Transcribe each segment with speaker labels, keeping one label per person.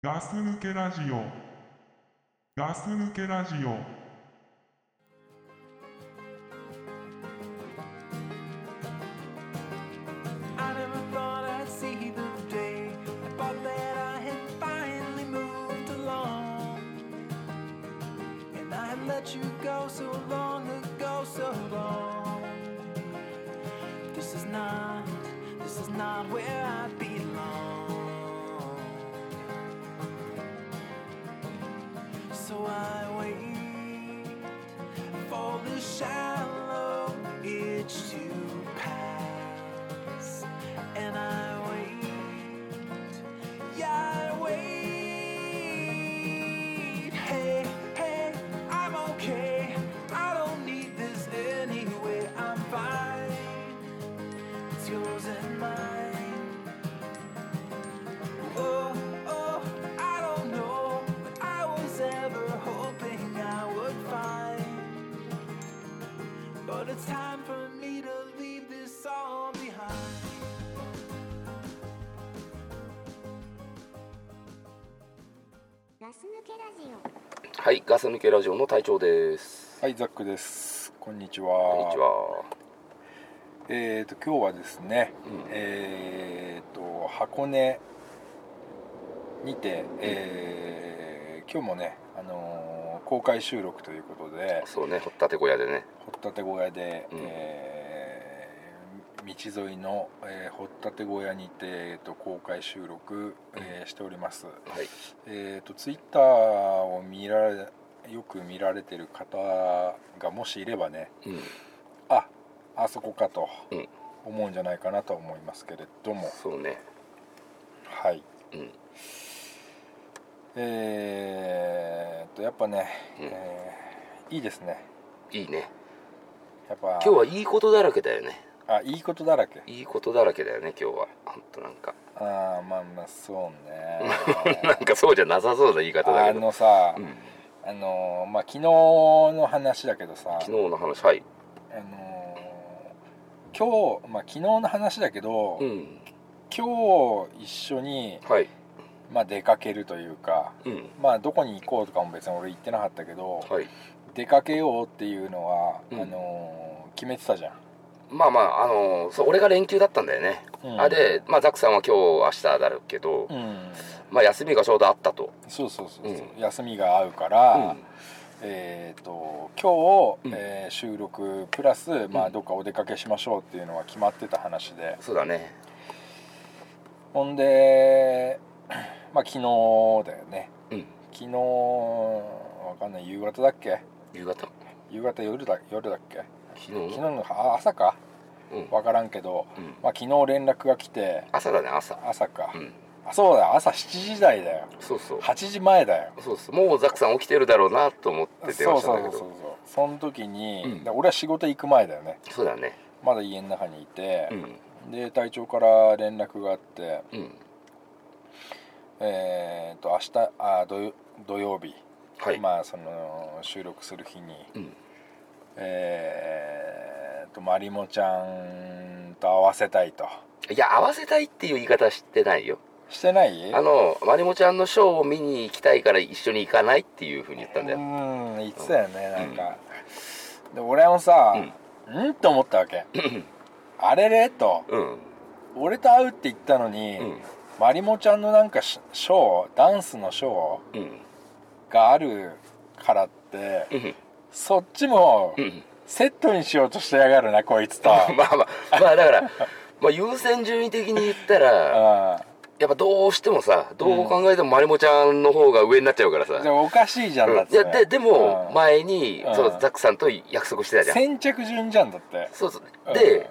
Speaker 1: ガス抜けラジオガス抜けラジオ
Speaker 2: I never thought I'd see the day. I thought that I had finally moved along. And I had let you go so long ago, so long. This is not, this is not where I belong. So I wait for the shallow itch to pass. And I wait, yeah, I wait. Hey, hey, I'm okay. I don't need this anyway. I'm fine. It's yours and mine. Oh, oh, I don't know what I was ever hoping I would find. But it's time for me to leave this all behind.
Speaker 3: ガス抜けラジオ
Speaker 4: はい、ガス抜けラジオの隊長です。
Speaker 5: はい、ザックです。こんにちは。
Speaker 4: こんにちは。
Speaker 5: えっ、と今日はですね、
Speaker 4: うん
Speaker 5: えっ、と箱根にて、えー今日もね、あのー公開収録ということで、
Speaker 4: そうね、掘ったて小屋でね。
Speaker 5: 掘ったて小屋で、
Speaker 4: うん
Speaker 5: えー道沿いの、えー掘ったて小屋にて、えー、と公開収録、えーしております。
Speaker 4: はい。
Speaker 5: えー、とツイッターを見られよく見られてる方がもしいればね。
Speaker 4: うん。
Speaker 5: ああそこかと
Speaker 4: うん
Speaker 5: 思うんじゃないかなと思いますけれども、
Speaker 4: そうね。
Speaker 5: はい
Speaker 4: うん。
Speaker 5: えー、っとやっぱね、
Speaker 4: うん
Speaker 5: えーいいですね
Speaker 4: いいね。
Speaker 5: やっぱ
Speaker 4: 今日はいいことだらけだよね。
Speaker 5: あいいことだらけ
Speaker 4: いいことだらけだよね、今日は。ほんとなんか。
Speaker 5: あーまあまあそう ね
Speaker 4: なんかそうじゃなさそうな言い方だ
Speaker 5: あ
Speaker 4: けど。
Speaker 5: のさ、
Speaker 4: うん。
Speaker 5: あのまあ昨日の話だけどさ
Speaker 4: 昨日の話、はい。
Speaker 5: あの今日、まあ、昨日の話だけど、
Speaker 4: うん。
Speaker 5: 今日一緒に、
Speaker 4: はい。
Speaker 5: まあ、出かけるというか、
Speaker 4: うん。
Speaker 5: まあ、どこに行こうとかも別に俺言ってなかったけど、
Speaker 4: はい。
Speaker 5: 出かけようっていうのは、
Speaker 4: うん
Speaker 5: あのー決めてたじゃん、
Speaker 4: まあまあ、あのーそう、俺が連休だったんだよね。
Speaker 5: うん
Speaker 4: あで、まあ、ザックさんは今日、明日だろうけど、
Speaker 5: うん、
Speaker 4: まあ、休みがちょうどあったと。
Speaker 5: そうそうそう、
Speaker 4: うん
Speaker 5: 休みが合うか
Speaker 4: う
Speaker 5: ら、
Speaker 4: ん。
Speaker 5: えっ、と今
Speaker 4: う
Speaker 5: 日、
Speaker 4: ん
Speaker 5: えー収録プラス、
Speaker 4: う
Speaker 5: まあ、
Speaker 4: ん
Speaker 5: どっかお出かけしましょうっていうのは決まってた話で、
Speaker 4: そうだね。
Speaker 5: ほんで まあ昨日だよね
Speaker 4: うん。
Speaker 5: 昨日わかんない夕方だっけ
Speaker 4: 夕方。
Speaker 5: 夕方夜だ夜だっけ
Speaker 4: 昨日
Speaker 5: 昨日のあ朝か
Speaker 4: うん。
Speaker 5: わからんけど、
Speaker 4: うん
Speaker 5: まあ、昨日連絡が来て
Speaker 4: 朝だね、朝。
Speaker 5: 朝か、
Speaker 4: うん。
Speaker 5: あそうだ朝7時台だよ
Speaker 4: そうそう。
Speaker 5: 8時前だよ
Speaker 4: そうですもうザックさん起きてるだろうなと思って電
Speaker 5: そう
Speaker 4: 話したん
Speaker 5: そう
Speaker 4: だけ
Speaker 5: そう
Speaker 4: ど
Speaker 5: そ
Speaker 4: そう
Speaker 5: うその時に、
Speaker 4: うん
Speaker 5: で俺は仕事行く前だよね
Speaker 4: だね
Speaker 5: まだ家の中にいて
Speaker 4: う、ん
Speaker 5: で隊長から連絡があって
Speaker 4: うん
Speaker 5: えっと明日あ土曜土曜日、
Speaker 4: はい、
Speaker 5: まあその収録する日に
Speaker 4: うん、
Speaker 5: えー、とまりもちゃんと会わせたいと
Speaker 4: いや合わせたいっていう言い方してないよ
Speaker 5: してない
Speaker 4: あのまりもちゃんのショーを見に行きたいから一緒に行かないっていうふうに言ったんだ
Speaker 5: う
Speaker 4: よ
Speaker 5: ん言ってたよねなんか、で俺もさうん、と思った わけあれれと
Speaker 4: うん
Speaker 5: 俺と会うって言ったのに、
Speaker 4: うん
Speaker 5: まりもちゃんのなんかシショーダンスのショ
Speaker 4: うん
Speaker 5: ーがあるからって、
Speaker 4: うん
Speaker 5: そっちも
Speaker 4: うん
Speaker 5: セットにしようとしてやがるなこいつと
Speaker 4: まあまあまあだからまあ優先順位的に言ったら
Speaker 5: あ
Speaker 4: やっぱどうしてもさどう考えてもまりもちゃんの方が上になっちゃうからさ、
Speaker 5: じゃあおかしいじゃんだっ
Speaker 4: い
Speaker 5: て、
Speaker 4: やででも
Speaker 5: うん
Speaker 4: 前に
Speaker 5: うん
Speaker 4: そうザックさんと約束してたじゃん
Speaker 5: 先着順じゃんだって
Speaker 4: そうそう
Speaker 5: うん
Speaker 4: で、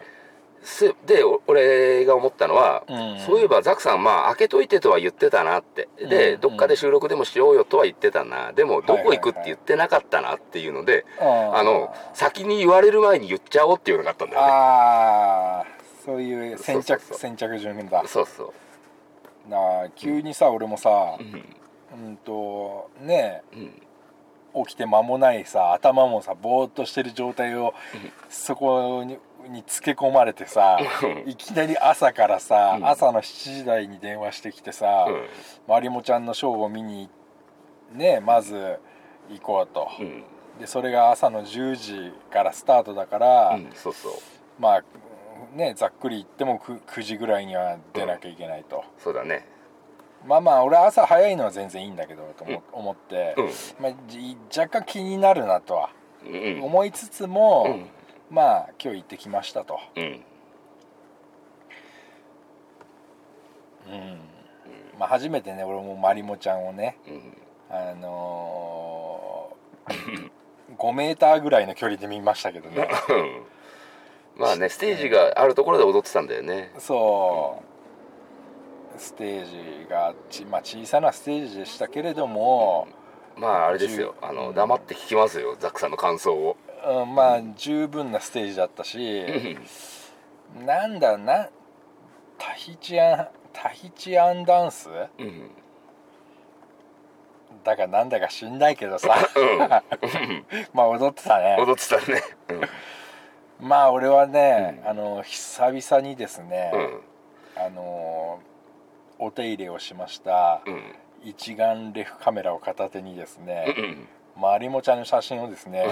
Speaker 4: すでお俺が思ったのは、
Speaker 5: うん
Speaker 4: そういえばザクさんまあ開けといてとは言ってたなってで、
Speaker 5: うん
Speaker 4: どっかで収録でもしようよとは言ってたなでもどこ行くっ
Speaker 5: はいはい
Speaker 4: て
Speaker 5: はい
Speaker 4: 言ってなかったなっていうので、
Speaker 5: あ
Speaker 4: あの先に言われる前に言っちゃおうっていうのがあったんだよね
Speaker 5: あーそういう先着
Speaker 4: そうそうそう
Speaker 5: 先着順だ
Speaker 4: そうそ
Speaker 5: なあ急にさ俺もさ
Speaker 4: ううん
Speaker 5: うんとね
Speaker 4: うん
Speaker 5: 起きて間もないさ頭もさぼーっとしてる状態をそこににつけ込まれてさいきなり朝からさ、
Speaker 4: うん
Speaker 5: 朝の7時台に電話してきてさ、
Speaker 4: うん
Speaker 5: まりもちゃんのショーを見にねまず行こうと、
Speaker 4: うん
Speaker 5: でそれが朝の10時からスタートだから、
Speaker 4: うんそうそう
Speaker 5: まあねざっくり言っても 9, 9時ぐらいには出なきゃいけないと、
Speaker 4: そうだね
Speaker 5: まあまあ俺は朝早いのは全然いいんだけどと思思って、
Speaker 4: う
Speaker 5: まあ、じ若干気になるなとは
Speaker 4: んうん
Speaker 5: 思いつつも、
Speaker 4: うん
Speaker 5: まあ今日行ってきましたと、
Speaker 4: うん
Speaker 5: うんまあ、初めてね俺もまりもちゃんをね
Speaker 4: うん
Speaker 5: あの ー、5メーターぐらいの距離で見ましたけどね
Speaker 4: まあねステージがあるところで踊ってたんだよね
Speaker 5: そうステージがち、まあ、小さなステージでしたけれども、
Speaker 4: まああれですよあの黙って聞きますよザックさんの感想を
Speaker 5: うん、まあ十分なステージだったし、なんだなタヒチアンタヒチアンダンス
Speaker 4: うん
Speaker 5: だかなんだか知んない けどさまあ踊ってたね
Speaker 4: 踊ってたね
Speaker 5: まあ俺はね、
Speaker 4: うん
Speaker 5: あの久々にですね、
Speaker 4: うん
Speaker 5: あのお手入れをしました、
Speaker 4: うん
Speaker 5: 一眼レフカメラを片手にです
Speaker 4: う
Speaker 5: ね、
Speaker 4: ん
Speaker 5: まりもちゃんの写真をですね、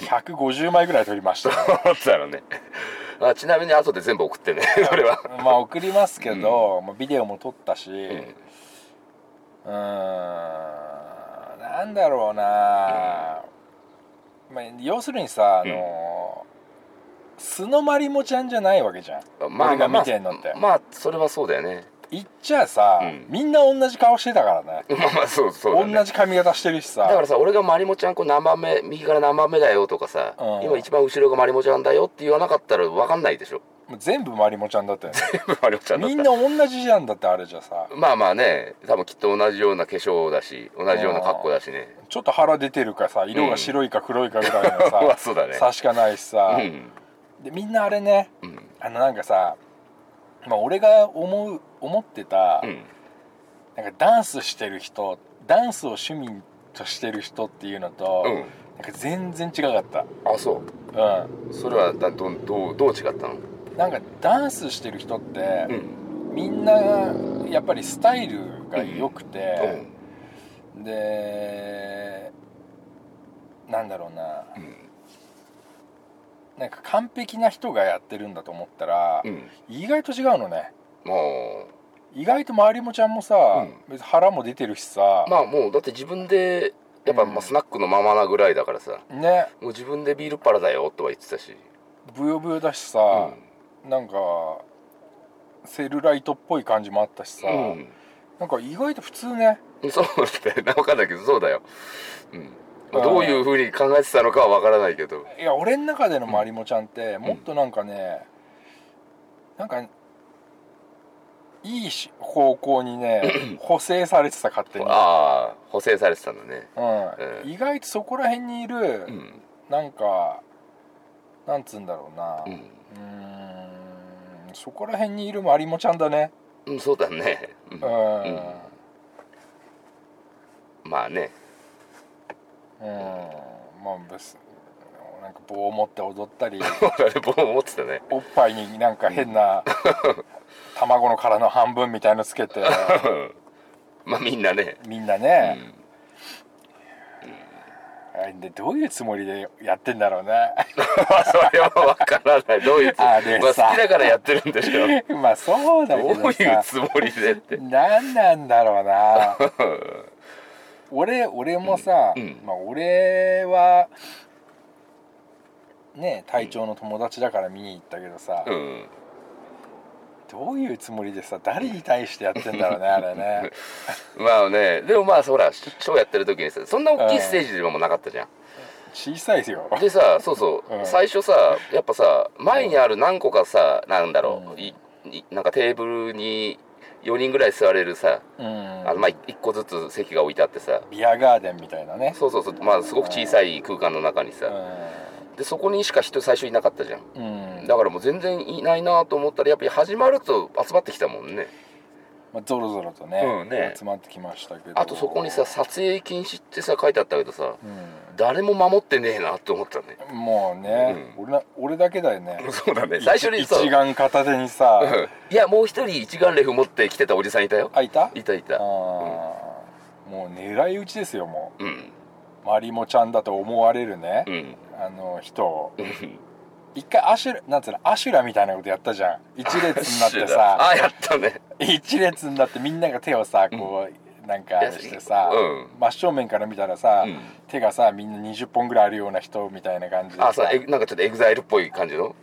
Speaker 5: 150枚ぐらい撮りました
Speaker 4: 思ってたのね あちなみに後で全部送ってねそれは
Speaker 5: まあ送りますけど、まあ、ビデオも撮ったし、う
Speaker 4: うん
Speaker 5: ーんなんだろうな、まあ、要するにさあの、素のまりもちゃんじゃないわけじゃん
Speaker 4: まあまあま
Speaker 5: 俺が見てんのって
Speaker 4: あまあそれはそうだよね
Speaker 5: 言っちゃあさ、
Speaker 4: うん
Speaker 5: みんな同じ顔してたからね
Speaker 4: まあまあそうそうだね
Speaker 5: 同じ髪型してるし
Speaker 4: だか
Speaker 5: さ
Speaker 4: らさ俺がまりもちゃんこう何番目右から何番目だよとかさ、
Speaker 5: うん
Speaker 4: 今一番後ろがまりもちゃんだよって言わなかったら分かんないでしょ
Speaker 5: もう全部まりもちゃんだったよね
Speaker 4: まりもちゃんだっ
Speaker 5: み
Speaker 4: た
Speaker 5: んな同じじゃんだってあれじゃさ
Speaker 4: まあまあね多分きっと同じような化粧だし同じような格好だしね
Speaker 5: ちょっと腹出てるかさ色が白いか黒いかぐらいのさ、
Speaker 4: まあ そうだね
Speaker 5: 差しかないしさ
Speaker 4: う、ん
Speaker 5: でみんなあれね
Speaker 4: うん
Speaker 5: あのなんかさ、まあ、俺が思う思ってた、
Speaker 4: うん
Speaker 5: なんかダンスしてる人ダンスを趣味としてる人っていうのと、
Speaker 4: うん
Speaker 5: なんか全然違かった
Speaker 4: あそう
Speaker 5: う
Speaker 4: それはだどんどうどう違ったの
Speaker 5: んなんかダンスしてる人って、
Speaker 4: うん
Speaker 5: みんなやっぱりスタイルが良くて、でなんだろうな
Speaker 4: うんうん
Speaker 5: なんか完璧な人がやってるんだと思ったら、
Speaker 4: うん
Speaker 5: 意外と違うのね
Speaker 4: も
Speaker 5: 意外と周りもちゃんもさ、
Speaker 4: う
Speaker 5: 別に腹も出てるしさ
Speaker 4: う、まあもうだって自分でやっぱまあスナックのままなぐらいだからさ
Speaker 5: ね
Speaker 4: もう自分でビールっ腹だよとは言ってたし
Speaker 5: ブヨブヨだしさ、
Speaker 4: う
Speaker 5: なんかセルライトっぽい感じもあったしさ、
Speaker 4: んうん
Speaker 5: なんか意外と普通ね
Speaker 4: そう だよな分かんないけどそうだよ、うん、
Speaker 5: うん
Speaker 4: どういうふうに考えてたのかは分からないけど
Speaker 5: いや俺の中でのまりもちゃんってもっとなんかね、なんかいいし方向に ね補正されてた勝手に、
Speaker 4: ああ補正されてたんだね
Speaker 5: うん
Speaker 4: うん
Speaker 5: 意外とそこら辺にいる、
Speaker 4: うん
Speaker 5: なんかなんつうんだろうな
Speaker 4: う、
Speaker 5: うんーんそこら辺にいるまりもちゃんだね
Speaker 4: うん、そうだね、うん
Speaker 5: うん、うん
Speaker 4: まあね
Speaker 5: まあ別になんか棒を持って踊ったり
Speaker 4: 俺棒持ってたね
Speaker 5: おっぱいになんか変な卵の殻の半分みたいのつけて
Speaker 4: まあみんなね
Speaker 5: みんな
Speaker 4: う
Speaker 5: ね、
Speaker 4: ん
Speaker 5: でどういうつもりでやってんだろうね
Speaker 4: まあそれは分からないどういうつ
Speaker 5: あれ
Speaker 4: まあ、
Speaker 5: さ
Speaker 4: 好きだからやってるんでしょ
Speaker 5: まあそうだ
Speaker 4: ど
Speaker 5: け
Speaker 4: う
Speaker 5: ど
Speaker 4: いう
Speaker 5: さ
Speaker 4: つもりで って
Speaker 5: 何なんだろうな俺俺もさ、
Speaker 4: うんうん
Speaker 5: まあ、俺はね隊長の友達だから見に行ったけどさ、
Speaker 4: うん
Speaker 5: どういうつもりでさ誰に対してやってんだろうねあれね
Speaker 4: まあねでもまあほらショーやってる時にさそんな大きいステージでもなかったじゃん
Speaker 5: 小さいですよ
Speaker 4: でさそうそう、
Speaker 5: うん
Speaker 4: 最初さやっぱさ前にある何個かさなんだろう、
Speaker 5: うん
Speaker 4: いいなんかテーブルに4人ぐらい座れるさ、
Speaker 5: うん
Speaker 4: あのまあ1個ずつ席が置いてあってさ
Speaker 5: ビアガーデンみたいなね
Speaker 4: そうそうそうまあすごく小さい空間の中にさ、でそこにしか人最初いなかったじゃん
Speaker 5: うん、うん
Speaker 4: だからもう全然いないなと思ったらやっぱり始まると集まってきたもんね
Speaker 5: まあ、ゾロゾロとね,、
Speaker 4: うんね
Speaker 5: 集まってきましたけど
Speaker 4: あとそこにさ撮影禁止ってさ書いてあったけどさ
Speaker 5: うん
Speaker 4: 誰も守ってねえなと思ったね
Speaker 5: もうね、俺な俺だけだよね
Speaker 4: そうだね 最初に
Speaker 5: 一
Speaker 4: そう
Speaker 5: 一眼片手にさ、
Speaker 4: うんいやもう一人一眼レフ持って来てたおじさんいたよ
Speaker 5: あいた
Speaker 4: いたいた
Speaker 5: あーもう狙い撃ちですよも
Speaker 4: うん
Speaker 5: うマリモちゃんだと思われるね
Speaker 4: う、ん
Speaker 5: あの人を
Speaker 4: うん
Speaker 5: 一回アシュラなんつうのアシュラみたいなことやったじゃん一列になってさ
Speaker 4: あやったね
Speaker 5: 一列になってみんなが手をさこう、なんかしてさ、
Speaker 4: う
Speaker 5: 真正面から見たらさ、
Speaker 4: うん
Speaker 5: 手がさみんな20本ぐらいあるような人みたいな感じでさ
Speaker 4: あそうえなんかちょっとエグザイルっぽい感じの
Speaker 5: うん、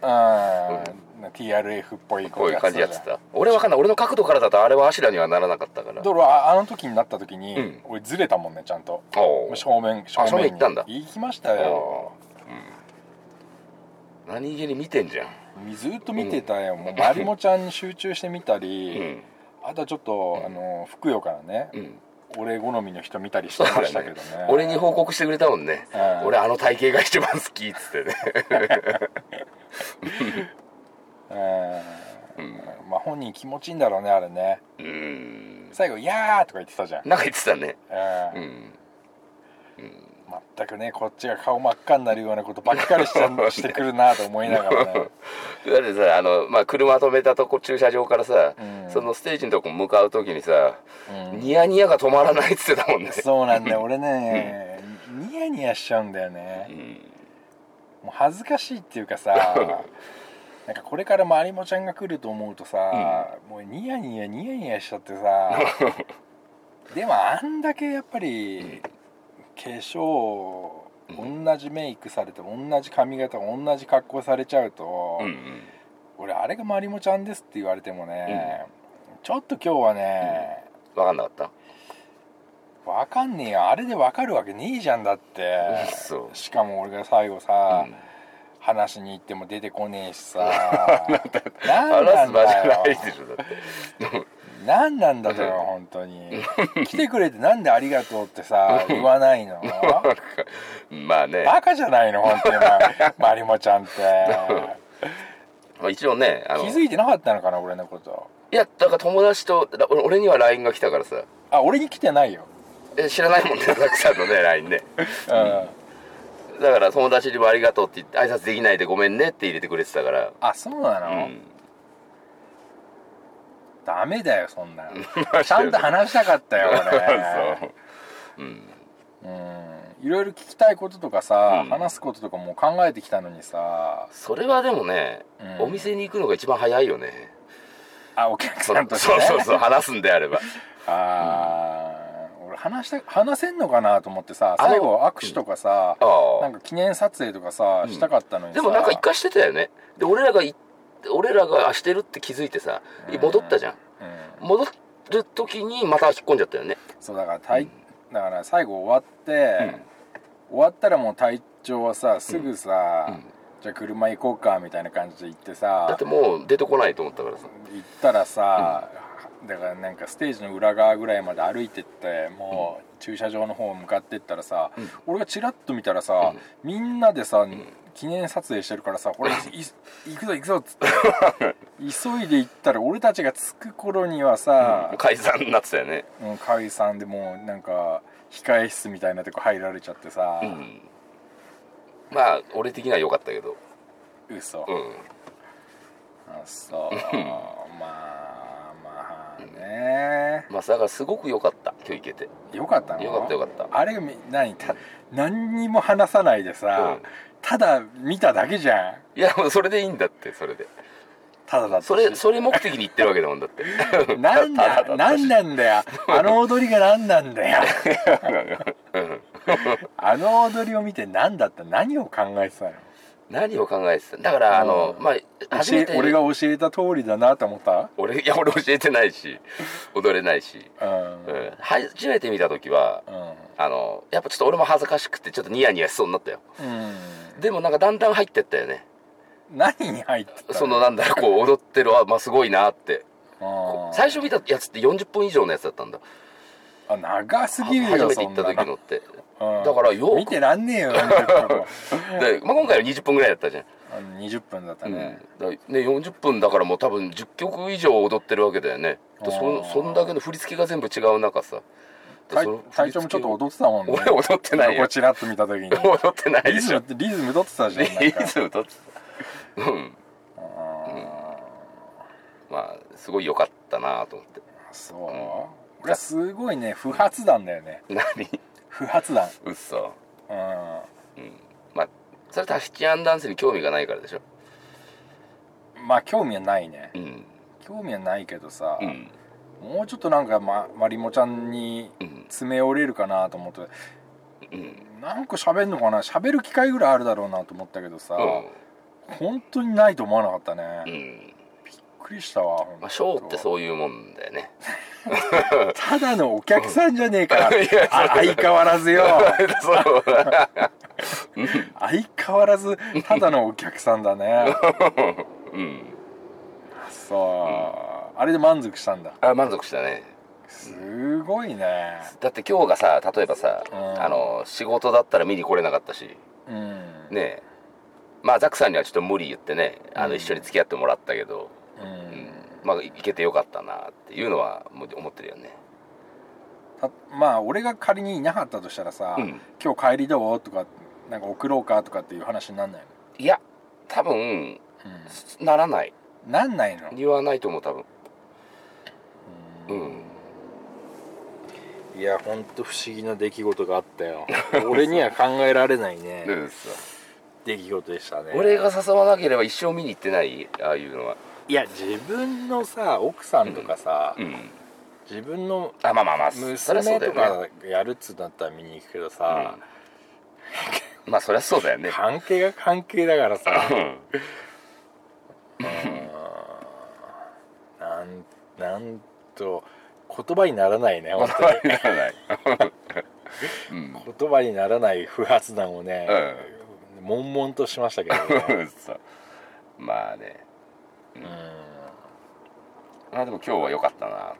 Speaker 5: TRF っぽい
Speaker 4: こういう感じやって
Speaker 5: じゃん
Speaker 4: た俺わかんない俺の角度からだとあれはアシュラにはならなかったから
Speaker 5: だからああの時になった時に、
Speaker 4: うん
Speaker 5: 俺ずれたもんねちゃんと
Speaker 4: おう
Speaker 5: 正面正
Speaker 4: あ正面
Speaker 5: に
Speaker 4: 行ったんだ
Speaker 5: 行きましたよ
Speaker 4: おううん何気に見てんじゃん
Speaker 5: ずっと見てたよ、もうまりもちゃんに集中してみた
Speaker 4: う
Speaker 5: り、
Speaker 4: ん
Speaker 5: あとはちょっと、あのふくよからね、
Speaker 4: うん
Speaker 5: 俺好みの人見たりして
Speaker 4: そう
Speaker 5: ま
Speaker 4: だ
Speaker 5: したけ
Speaker 4: ね
Speaker 5: どね
Speaker 4: 俺に報告してくれたもんね
Speaker 5: うん
Speaker 4: 俺あの体型が一番好きっつってね
Speaker 5: うん、まあ本人気持ちいいんだろうねあれね
Speaker 4: うん
Speaker 5: 最後「やー」とか言ってたじゃん、
Speaker 4: なんか言ってたね
Speaker 5: う
Speaker 4: うんん
Speaker 5: 全くねこっちが顔真っ赤になるようなことばっかりしちゃ してくるなと思いながらね
Speaker 4: だってさあの、まあ、車止めたとこ駐車場からさ、
Speaker 5: うん
Speaker 4: そのステージのとこ向かう時にさ、
Speaker 5: うん
Speaker 4: ニヤニヤが止まらないっつってたもんね
Speaker 5: そうな んだよ俺ねニヤニヤしちゃうんだよね
Speaker 4: ん
Speaker 5: もう恥ずかしいっていうかさ なんかこれからまりもちゃんが来ると思うとさ、もうニヤニヤニヤニヤしちゃって さでもあんだけやっぱり化粧同じメイクされて同じ髪型同じ格好されちゃうと、
Speaker 4: うんうん
Speaker 5: 俺あれがまりもちゃんですって言われてもね、ちょっと今日はね、
Speaker 4: 分かんなかった
Speaker 5: わかんねえよあれでわかるわけねえじゃんだって
Speaker 4: 嘘
Speaker 5: しかも俺が最後さ、
Speaker 4: うん
Speaker 5: 話しに行っても出てこねえしさ何
Speaker 4: 話
Speaker 5: な
Speaker 4: す
Speaker 5: ん
Speaker 4: 場じゃ
Speaker 5: だ
Speaker 4: ないで
Speaker 5: よ
Speaker 4: しょだって
Speaker 5: 何なんだとよ本当に来てくれてなんでありがとうってさ言わないの
Speaker 4: まあね、
Speaker 5: バカじゃないの本 当にお前まりもちゃんって
Speaker 4: まあ、一応ねあ
Speaker 5: 気
Speaker 4: の
Speaker 5: づいてなかったのかな俺のこと
Speaker 4: いやだから友達とだ俺俺には LINE が来たからさ
Speaker 5: あ俺に来てないよ、
Speaker 4: え知らない もんねたくさんのね LINE ね
Speaker 5: うん
Speaker 4: だから友達にもありがとうって言って挨拶できないでごめんねって入れてくれてたから
Speaker 5: あそうなの、
Speaker 4: うん
Speaker 5: ダメだよそんなの
Speaker 4: マジで
Speaker 5: ちゃんと話したかったよ俺
Speaker 4: そう
Speaker 5: うんいろいろ聞きたいこととかさ、
Speaker 4: うん
Speaker 5: 話すこととかも考えてきたのにさ
Speaker 4: それはでもね、
Speaker 5: うん
Speaker 4: お店に行くのが一番早いよね
Speaker 5: あお客
Speaker 4: そ
Speaker 5: さんとして、
Speaker 4: そう
Speaker 5: ね、
Speaker 4: そうそう話すんであれ ば
Speaker 5: あー俺話した話せんのかなと思ってさ
Speaker 4: あの
Speaker 5: 最後握手とかさ、
Speaker 4: ああ
Speaker 5: なんか記念撮影とかさ、したかったのにさ
Speaker 4: でもなんか一回してたよねで俺らがい俺らがあしてるって気づいてさ戻ったじゃん
Speaker 5: うん
Speaker 4: 戻る時にまた引っ込んじゃったよね
Speaker 5: そうだから体、だから最後終わって、終わったらもう隊長はさすぐさ、じゃあ車行こうかみたいな感じで行って
Speaker 4: だ
Speaker 5: さ
Speaker 4: ってもう出てこないと思ったからさ
Speaker 5: 行ったらさ、だからなんかステージの裏側ぐらいまで歩いてってもう駐車場の方向かってったらさ、俺がチラッと見たらさ、みんなでさ、記念撮影してるからさ「ほらいい行くぞ行くぞ」っつって 急いで行ったら俺たちが着く頃にはさ
Speaker 4: もう、解散になってたよね
Speaker 5: うん、解散でもうなんか控え室みたいなとこ入られちゃってさ、
Speaker 4: うんまあ俺的には良かったけど
Speaker 5: 嘘、
Speaker 4: うん
Speaker 5: あそうまあまあね
Speaker 4: まあだからすごく良かった今日行けて
Speaker 5: よかったの
Speaker 4: よかったよかった
Speaker 5: あれみ何た何にも話さないでさ、
Speaker 4: うん
Speaker 5: ただ見ただけじゃん
Speaker 4: いやもうそれでいいんだってそれで
Speaker 5: ただだったし
Speaker 4: それそれ目的に行ってるわけだもんだって
Speaker 5: なんだなんなん だよあの踊りが何なんだよ あの踊りを見て何だった何を考えてたの
Speaker 4: 何を考えてただからあの、まあ初
Speaker 5: 教
Speaker 4: め
Speaker 5: え
Speaker 4: て
Speaker 5: 俺が教えた通りだなと思った
Speaker 4: 俺 いや俺教えてないし踊れないし、
Speaker 5: うん
Speaker 4: うん初めて見た時は
Speaker 5: うん
Speaker 4: あのやっぱちょっと俺も恥ずかしくてちょっとニヤニヤしそうになったよ
Speaker 5: うん
Speaker 4: でもなんかだんだん入ってったよね
Speaker 5: 何に入ってたの
Speaker 4: そのなんだろうこう踊ってるあまあすごいなって
Speaker 5: うん
Speaker 4: 最初見たやつって40分以上のやつだったんだ
Speaker 5: あ長すぎる
Speaker 4: 初
Speaker 5: よ
Speaker 4: めて
Speaker 5: そ
Speaker 4: 行
Speaker 5: ん
Speaker 4: っ
Speaker 5: な
Speaker 4: た時の
Speaker 5: の
Speaker 4: って
Speaker 5: うん
Speaker 4: だからよ
Speaker 5: 見てらんねえよ40分も
Speaker 4: で、まあ、今回は20分ぐらいだったじゃん、
Speaker 5: あの20分だった
Speaker 4: うん
Speaker 5: ね、
Speaker 4: だね、40分だからもう多分10曲以上踊ってるわけだよねでそ
Speaker 5: あー
Speaker 4: そんだけの振り付けが全部違う中さって
Speaker 5: 体
Speaker 4: その
Speaker 5: 体調もちょっと踊ってたもんね
Speaker 4: 俺踊ってない
Speaker 5: 横
Speaker 4: よ
Speaker 5: チラッと見た時に
Speaker 4: 踊ってないで
Speaker 5: リズ
Speaker 4: しょ
Speaker 5: ムリズム取ってたじゃんなんか
Speaker 4: リズム取ってたうん
Speaker 5: あ
Speaker 4: まあすごい良かったなと思って
Speaker 5: ーそう俺すごいね不発弾だよね
Speaker 4: 何
Speaker 5: 不発弾
Speaker 4: うっそ
Speaker 5: うん
Speaker 4: まあそれタヒチアンダンスに興味がないからでしょ
Speaker 5: まあ興味はないね
Speaker 4: うん
Speaker 5: 興味はないけどさ、
Speaker 4: うん
Speaker 5: もうちょっとなんかままりもちゃんに
Speaker 4: うん
Speaker 5: 詰め寄れるかなと思って
Speaker 4: うん
Speaker 5: なんか喋るのかな喋る機会ぐらいあるだろうなと思ったけどさ、
Speaker 4: う
Speaker 5: 本当にないと思わなかったね、
Speaker 4: んう
Speaker 5: びっ
Speaker 4: ん
Speaker 5: くりしたわ
Speaker 4: まあショーって
Speaker 5: う
Speaker 4: そういうもんだよ ね
Speaker 5: ただのお客さんじゃねえか、
Speaker 4: いや
Speaker 5: あ相変わらずよ
Speaker 4: そう
Speaker 5: 相変わらずただのお客さんだ ね
Speaker 4: うん
Speaker 5: そう、あれで満足したんだ
Speaker 4: あ満足したね
Speaker 5: すごいね
Speaker 4: だって今日がさ例えばさ、
Speaker 5: うん
Speaker 4: あの仕事だったら見に来れなかったし
Speaker 5: うん
Speaker 4: ねえまあザクさんにはちょっと無理言ってねあ
Speaker 5: うん
Speaker 4: の一緒に付き合ってもらったけど、
Speaker 5: う
Speaker 4: うん
Speaker 5: ん
Speaker 4: まあ行けてよかったなっていうのはもう思ってるよね
Speaker 5: たまあ俺が仮にいなかったとしたらさ、
Speaker 4: うん
Speaker 5: 今日帰りどうとかなんか送ろうかとかっていう話になんない
Speaker 4: いや多分
Speaker 5: の、
Speaker 4: ならない
Speaker 5: うん、なんないの、
Speaker 4: 言わないと思う多分うん
Speaker 5: いやほんと不思議な出来事があった よ俺には考えられないね
Speaker 4: そうそう
Speaker 5: 出来事でしたね
Speaker 4: 俺が誘わなければ一生見に行ってないああいうのはい
Speaker 5: や自分のさ奥さんとかさ、
Speaker 4: うん
Speaker 5: 自分の
Speaker 4: あまあまあまあそりゃそ
Speaker 5: 娘
Speaker 4: うだ
Speaker 5: と
Speaker 4: よね
Speaker 5: かやるっつうんだったら見に行くけどさ、
Speaker 4: まあそりゃそうだよね
Speaker 5: 関係が関係だからさ
Speaker 4: う
Speaker 5: なんなんと言葉にならな いね本当
Speaker 4: んならないうん
Speaker 5: に言葉にならない不発弾をね、悶々とし ましたけどね、
Speaker 4: そうまあね
Speaker 5: うん
Speaker 4: まあでも今日は良かったな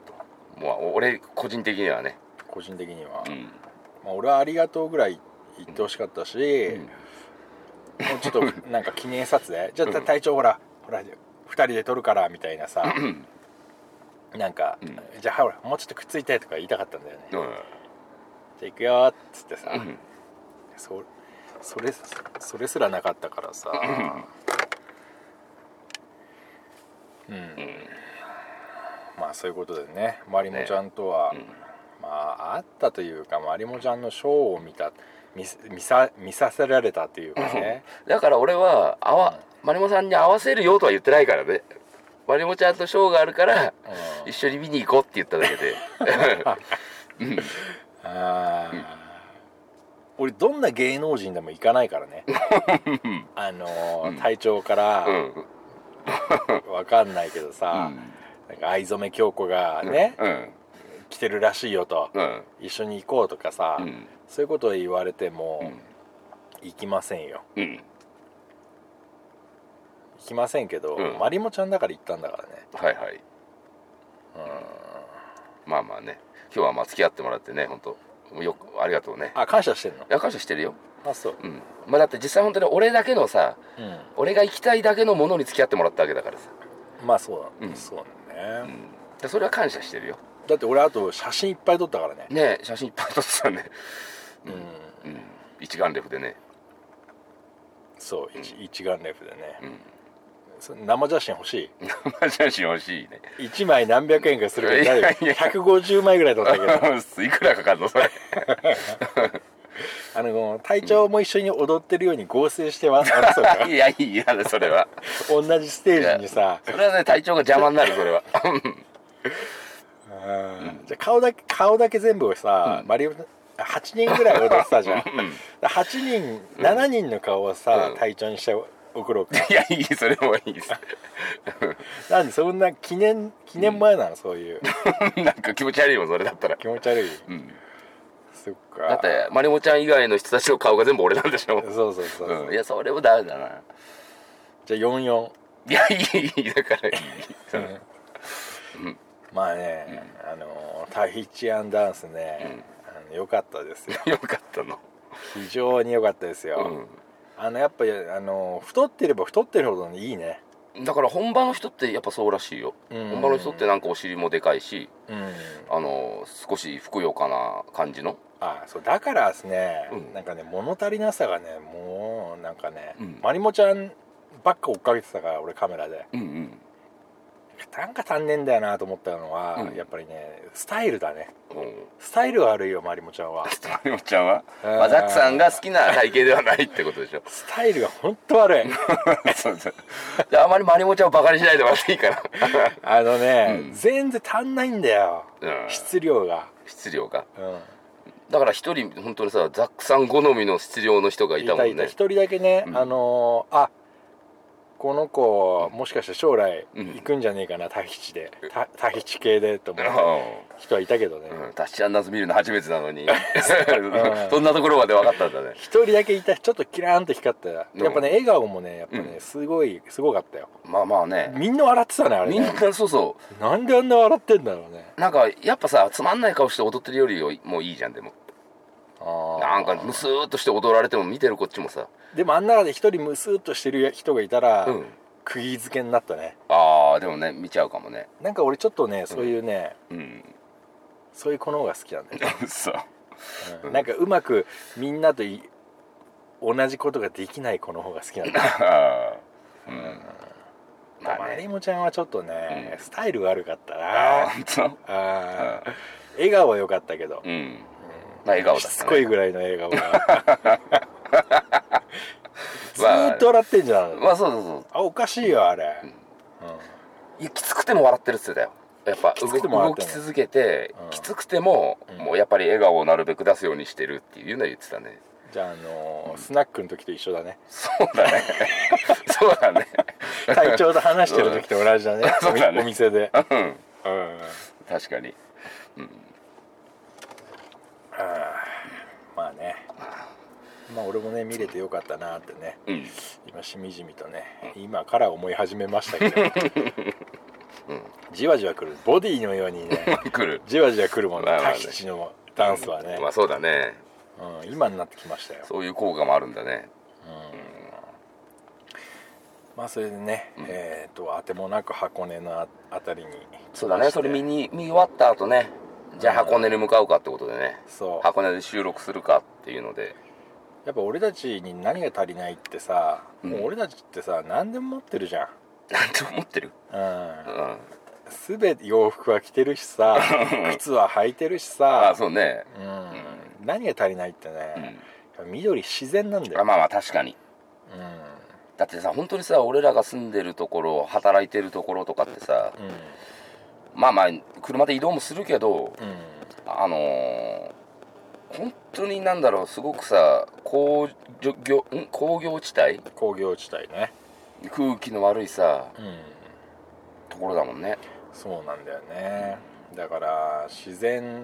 Speaker 4: ともう俺個人的にはね
Speaker 5: 個人的には、
Speaker 4: うん
Speaker 5: まあ、俺はありがとうぐらい言ってほしかったし、
Speaker 4: うん
Speaker 5: もうちょ っとなんか記念撮影じゃあ隊長ほらほら2人で撮るからみたいなさ
Speaker 4: ん
Speaker 5: なんか、
Speaker 4: ん
Speaker 5: じゃあほらもうちょっとくっついてとか言いたかったんだよね、
Speaker 4: う
Speaker 5: じゃ
Speaker 4: ん
Speaker 5: あ行くよーっつってさ、
Speaker 4: うん
Speaker 5: そそれそれすらなかったからさうん、まあそういうことでねまりもちゃんとは、まああったというかまりもちゃんのショーを見た見せ見さ見させられたというかね
Speaker 4: だから俺はあわ、マリモさんに合わせるよとは言ってないからねマリモちゃんとショーがあるから
Speaker 5: う
Speaker 4: 一緒に見に行こうって言っただけ で
Speaker 5: あー俺どんな芸能人でも行かないか らねあのー体調から
Speaker 4: うん
Speaker 5: わかんないけどさ、なんか藍染京子がね、
Speaker 4: うん
Speaker 5: 来てるらしいよと、
Speaker 4: うん
Speaker 5: 一緒に行こうとかさ、
Speaker 4: うん
Speaker 5: そういうことを言われても、行きませんよ
Speaker 4: うん
Speaker 5: 行きませんけど、
Speaker 4: うん
Speaker 5: まりもちゃんだから行ったんだからね
Speaker 4: はいはいまあまあね今日はまあ付き合ってもらってね本当よくありがとうね
Speaker 5: あ感謝してんの
Speaker 4: いや感謝してるよ
Speaker 5: あそう
Speaker 4: うんまあだって実際本当に俺だけのさ
Speaker 5: うん
Speaker 4: 俺が行きたいだけのものに付き合ってもらったわけだからさ
Speaker 5: まあそうだ、
Speaker 4: うん
Speaker 5: そうだね、
Speaker 4: でそれは感謝してるよ
Speaker 5: だって俺あと写真いっぱい撮ったからね
Speaker 4: ねえ写真いっぱい撮ってたね
Speaker 5: うん、
Speaker 4: うん一眼レフでね
Speaker 5: そう、一一眼レフでね、
Speaker 4: うん
Speaker 5: そ生写真欲し
Speaker 4: 生写真欲しいね
Speaker 5: い1枚何百円かするけど
Speaker 4: いやいや
Speaker 5: 150枚ぐらい撮ったけど
Speaker 4: いくらかかるの それ
Speaker 5: あの隊長も一緒に踊ってるように合成してわ争 うから
Speaker 4: いやいいやそれは
Speaker 5: 同じステージにさ
Speaker 4: それはね体調が邪魔になるそれ は
Speaker 5: うんじゃあ顔だけ顔だけ全部さ、マリオ8人ぐらい踊ってたじゃん、8人7人の顔をさ、
Speaker 4: うん
Speaker 5: 隊長にして送ろうか
Speaker 4: いやいいそれもいいです
Speaker 5: なんでそんな記念記念前なの、そういう
Speaker 4: なんか気持ち悪いもんそれだったら
Speaker 5: 気持ち悪い
Speaker 4: うん
Speaker 5: そっか
Speaker 4: だってマリモちゃん以外の人たちの顔が全部俺なんでしょ
Speaker 5: そうそうそう、
Speaker 4: うんいやそれもダメだな
Speaker 5: じゃあ44
Speaker 4: いやいいいいだからいいそれ
Speaker 5: まあね、あのタヒチアンダンスね、あの良かったですよ
Speaker 4: よかったの
Speaker 5: 非常に良かったですよ、
Speaker 4: うん
Speaker 5: あのやっぱりあの太ってれば太ってるほどいいね
Speaker 4: だから本場の人ってやっぱそうらしいよ、
Speaker 5: うん
Speaker 4: 本場の人ってなんかお尻もでかいし
Speaker 5: うん
Speaker 4: あの少しふくよかな感じの、
Speaker 5: あそうだからですね、
Speaker 4: うん
Speaker 5: なんかね物足りなさがねもうなんかね、
Speaker 4: うん
Speaker 5: まりもちゃんばっか追っかけてたから俺カメラで
Speaker 4: うんうん、
Speaker 5: なんか足んねえんだよなと思ったのは、
Speaker 4: うん
Speaker 5: やっぱりねスタイルだね
Speaker 4: うん
Speaker 5: スタイル悪いよまりもちゃんは
Speaker 4: ちょっとまりもちゃんは、
Speaker 5: うん
Speaker 4: まあ、ザックさんが好きな体型ではないってことでしょ
Speaker 5: スタイルが本当悪い
Speaker 4: そうそうであまりまりもちゃんをバカにしないでもらっていいか
Speaker 5: あのね、
Speaker 4: うん
Speaker 5: 全然足んないんだよ、
Speaker 4: ら、うん、
Speaker 5: 質量が、
Speaker 4: 質量が
Speaker 5: う
Speaker 4: だから一人本当にさザックさん好みの質量の人が
Speaker 5: ん、
Speaker 4: いたもんね
Speaker 5: 一人だけね、
Speaker 4: うん
Speaker 5: あのーあこの子もしかして将来
Speaker 4: うん
Speaker 5: 行くんじゃねえかなタヒチでタタヒチ系でと思う
Speaker 4: う
Speaker 5: 人はいたけどね、
Speaker 4: ん、うん、タッチアンダーズ見るの初めてなの に
Speaker 5: ん
Speaker 4: そんなところまで分かったんだね
Speaker 5: 一人だけいたちょっとキラーンと光ったやっぱね笑顔もねやっぱね
Speaker 4: うん
Speaker 5: すごいすごかったよ
Speaker 4: まあまあね
Speaker 5: みんな笑ってたねあれ
Speaker 4: みん
Speaker 5: ね
Speaker 4: なそうそ
Speaker 5: なんであんな笑ってんだろうね
Speaker 4: うなんかやっぱさつまんない顔して踊ってるよりもういいじゃんでも
Speaker 5: あー
Speaker 4: なんかムスーっとして踊られても見てるこっちもさ、
Speaker 5: でもあん中で一人ムスーっとしてる人がいたら、
Speaker 4: うん、
Speaker 5: 釘付けになったね
Speaker 4: ああでもね見ちゃうかもね
Speaker 5: なんか俺ちょっとねそういうね、
Speaker 4: うん
Speaker 5: そういう子の方が好きなんだよ、
Speaker 4: そう
Speaker 5: うんなんかうまくみんなとい同じことができない子の方が好きなんだよ
Speaker 4: うん
Speaker 5: ま
Speaker 4: まあ
Speaker 5: あり
Speaker 4: ね
Speaker 5: もちゃんはちょっとね、
Speaker 4: うん
Speaker 5: スタイル悪かった
Speaker 4: あ
Speaker 5: な
Speaker 4: 本当
Speaker 5: あー笑顔は良かったけど、
Speaker 4: うんまあ笑顔だったね
Speaker 5: しつこいぐらいの笑顔が ず
Speaker 4: まあ
Speaker 5: ーっと笑ってんじゃん、
Speaker 4: まあそうそうそう
Speaker 5: あおかしいよあれ、
Speaker 4: いやきつくても笑ってるっつってたよやっぱ
Speaker 5: き
Speaker 4: 動
Speaker 5: つく
Speaker 4: き
Speaker 5: ても笑っ
Speaker 4: 動
Speaker 5: てん
Speaker 4: き
Speaker 5: の
Speaker 4: 続けて、
Speaker 5: うん
Speaker 4: きつくても、
Speaker 5: ん
Speaker 4: もうやっぱり笑顔をなるべく出すようにしてるっていうのは言ってた ね
Speaker 5: じゃああのースナックの時と一緒だね
Speaker 4: そうだねそうだね
Speaker 5: 隊長と話してる時と同じだね
Speaker 4: そうだね
Speaker 5: お店で、
Speaker 4: うん
Speaker 5: うん、
Speaker 4: 確かに
Speaker 5: まあねまあ俺もね見れてよかったなってね
Speaker 4: うん
Speaker 5: 今しみじみとね今から思い始めましたけど、じわじわ来るボディのよう にね
Speaker 4: 来る
Speaker 5: じわじわ来るもんね
Speaker 4: まあまあね
Speaker 5: タヒチのダンスはね、
Speaker 4: まあそうだね
Speaker 5: うん、今になってきましたよ
Speaker 4: そういう効果もあるんだね
Speaker 5: まあそれでね、えっ、とあてもなく箱根のああたりに
Speaker 4: そうだねそれ見
Speaker 5: に
Speaker 4: に見終わった後ねじゃあ箱根に向かうかってことでね
Speaker 5: そう
Speaker 4: 箱根で収録するかっていうので
Speaker 5: やっぱ俺たちに何が足りないってさ、
Speaker 4: うん
Speaker 5: もう俺たちってさ何でも持ってるじゃん
Speaker 4: なんて思ってる
Speaker 5: うん
Speaker 4: うんあ
Speaker 5: 全て洋服は着てる しさ靴は履いてるし
Speaker 4: あ
Speaker 5: さ、
Speaker 4: そうね
Speaker 5: うん、何が足りないってね、緑自然なんだ
Speaker 4: あ
Speaker 5: よ、
Speaker 4: まあまあ確かにだってさ本当にさ俺らが住んでるところ働いてるところとかってさ
Speaker 5: うんうん
Speaker 4: まあまあ車で移動もするけど
Speaker 5: うん
Speaker 4: あのー本当になんだろうすごくさ工業ん工業地帯
Speaker 5: 工業地帯ね
Speaker 4: 空気の悪いさ
Speaker 5: うん
Speaker 4: ところだもんね
Speaker 5: そうなんだよねだから自然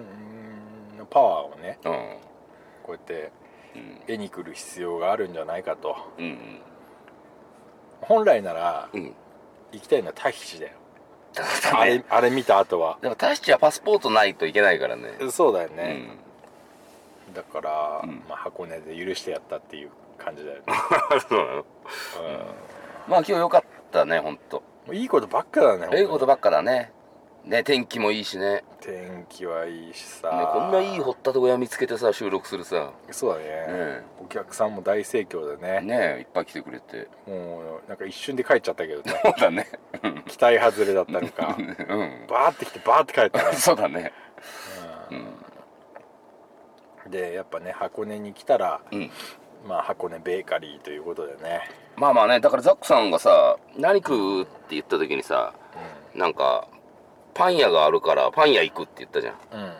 Speaker 5: のパワーをね
Speaker 4: うん
Speaker 5: こうやって
Speaker 4: うん
Speaker 5: 絵に来る必要があるんじゃないかと
Speaker 4: うん
Speaker 5: 本来なら
Speaker 4: うん
Speaker 5: 行きたいのはタヒチだよ
Speaker 4: だ
Speaker 5: あ
Speaker 4: ね
Speaker 5: れあれ見た後は
Speaker 4: でもタヒチはパスポートないといけないからね
Speaker 5: そうだよ
Speaker 4: う
Speaker 5: ね、
Speaker 4: ん
Speaker 5: だから、
Speaker 4: ん
Speaker 5: まあ、箱根で許してやったっていう感じだよ ね、
Speaker 4: そうなの
Speaker 5: うん
Speaker 4: まあ今日良かったね本当
Speaker 5: もういいことばっかだね
Speaker 4: ええこと
Speaker 5: ば
Speaker 4: ばっかだねね天気もいいしね
Speaker 5: 天気はいいしさ、
Speaker 4: ね、こんないい掘ったとこ屋見つけてさ収録するさ
Speaker 5: そうだね、
Speaker 4: え
Speaker 5: お客さんも大盛況でね
Speaker 4: ねえいっぱい来てくれて
Speaker 5: もうなんか一瞬で帰っちゃったけど ね
Speaker 4: そうだね
Speaker 5: 期待外れだったの か
Speaker 4: うん
Speaker 5: バーって来てバーって帰ったね
Speaker 4: そうだね
Speaker 5: でやっぱね箱根に来たら、
Speaker 4: うん
Speaker 5: まあ箱根ベーカリーということでね
Speaker 4: まあまあねだからザックさんがさ何食うって言った時にさ、なんかパン屋があるからパン屋行くって言ったじゃん
Speaker 5: うん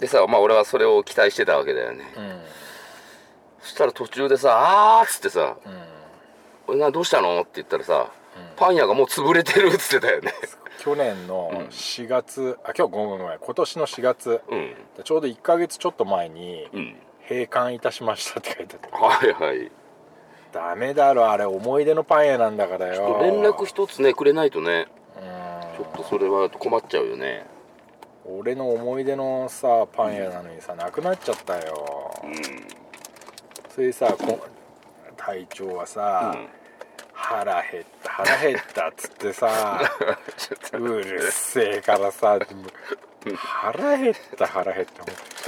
Speaker 4: でさまあ俺はそれを期待してたわけだよね、
Speaker 5: うん
Speaker 4: そしたら途中でさ「あー」っつってさ
Speaker 5: うん
Speaker 4: 「俺などうしたの?」って言ったらさ、パン屋がもう潰れてる」っつってたよね
Speaker 5: 去年の4月、あ今日ごめんごめん今年の4月
Speaker 4: うん
Speaker 5: ちょうど1ヶ月ちょっと前に
Speaker 4: うん
Speaker 5: 閉館いたしましたって書いてあっ
Speaker 4: はいはい
Speaker 5: たダメだろあれ思い出のパン屋なんだからよ
Speaker 4: 連絡一つねくれないとね
Speaker 5: うん
Speaker 4: ちょっとそれは困っちゃうよね
Speaker 5: 俺の思い出のさパン屋なのにさなくなっちゃったよ、それでさこ隊長はさ、
Speaker 4: うん
Speaker 5: 腹減った腹減ったっつってさ うるせえからさでも腹減った腹減った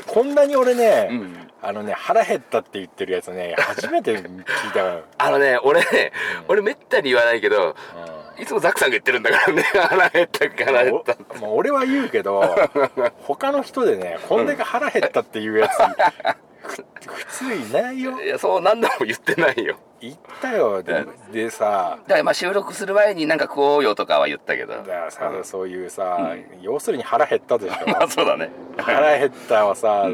Speaker 5: こんなに俺ね、
Speaker 4: うん
Speaker 5: あのね腹減ったって言ってるやつね初めて聞いたわよ、
Speaker 4: あのね、俺ね、俺めったに言わないけど、いつもザクさんが言ってるんだからね、 腹減った、腹減った。
Speaker 5: おもう俺は言うけど他の人でねこんだけ腹減ったっていうやつ、ふ普通いないよ
Speaker 4: いや、そう何度も言ってないよ。
Speaker 5: 言ったよででさ
Speaker 4: だからまあ収録する前になんか食おうよとかは言ったけど。
Speaker 5: だからさそういうさ、要するに腹減ったでし ょ
Speaker 4: まあそうだね。
Speaker 5: 腹減ったはさ、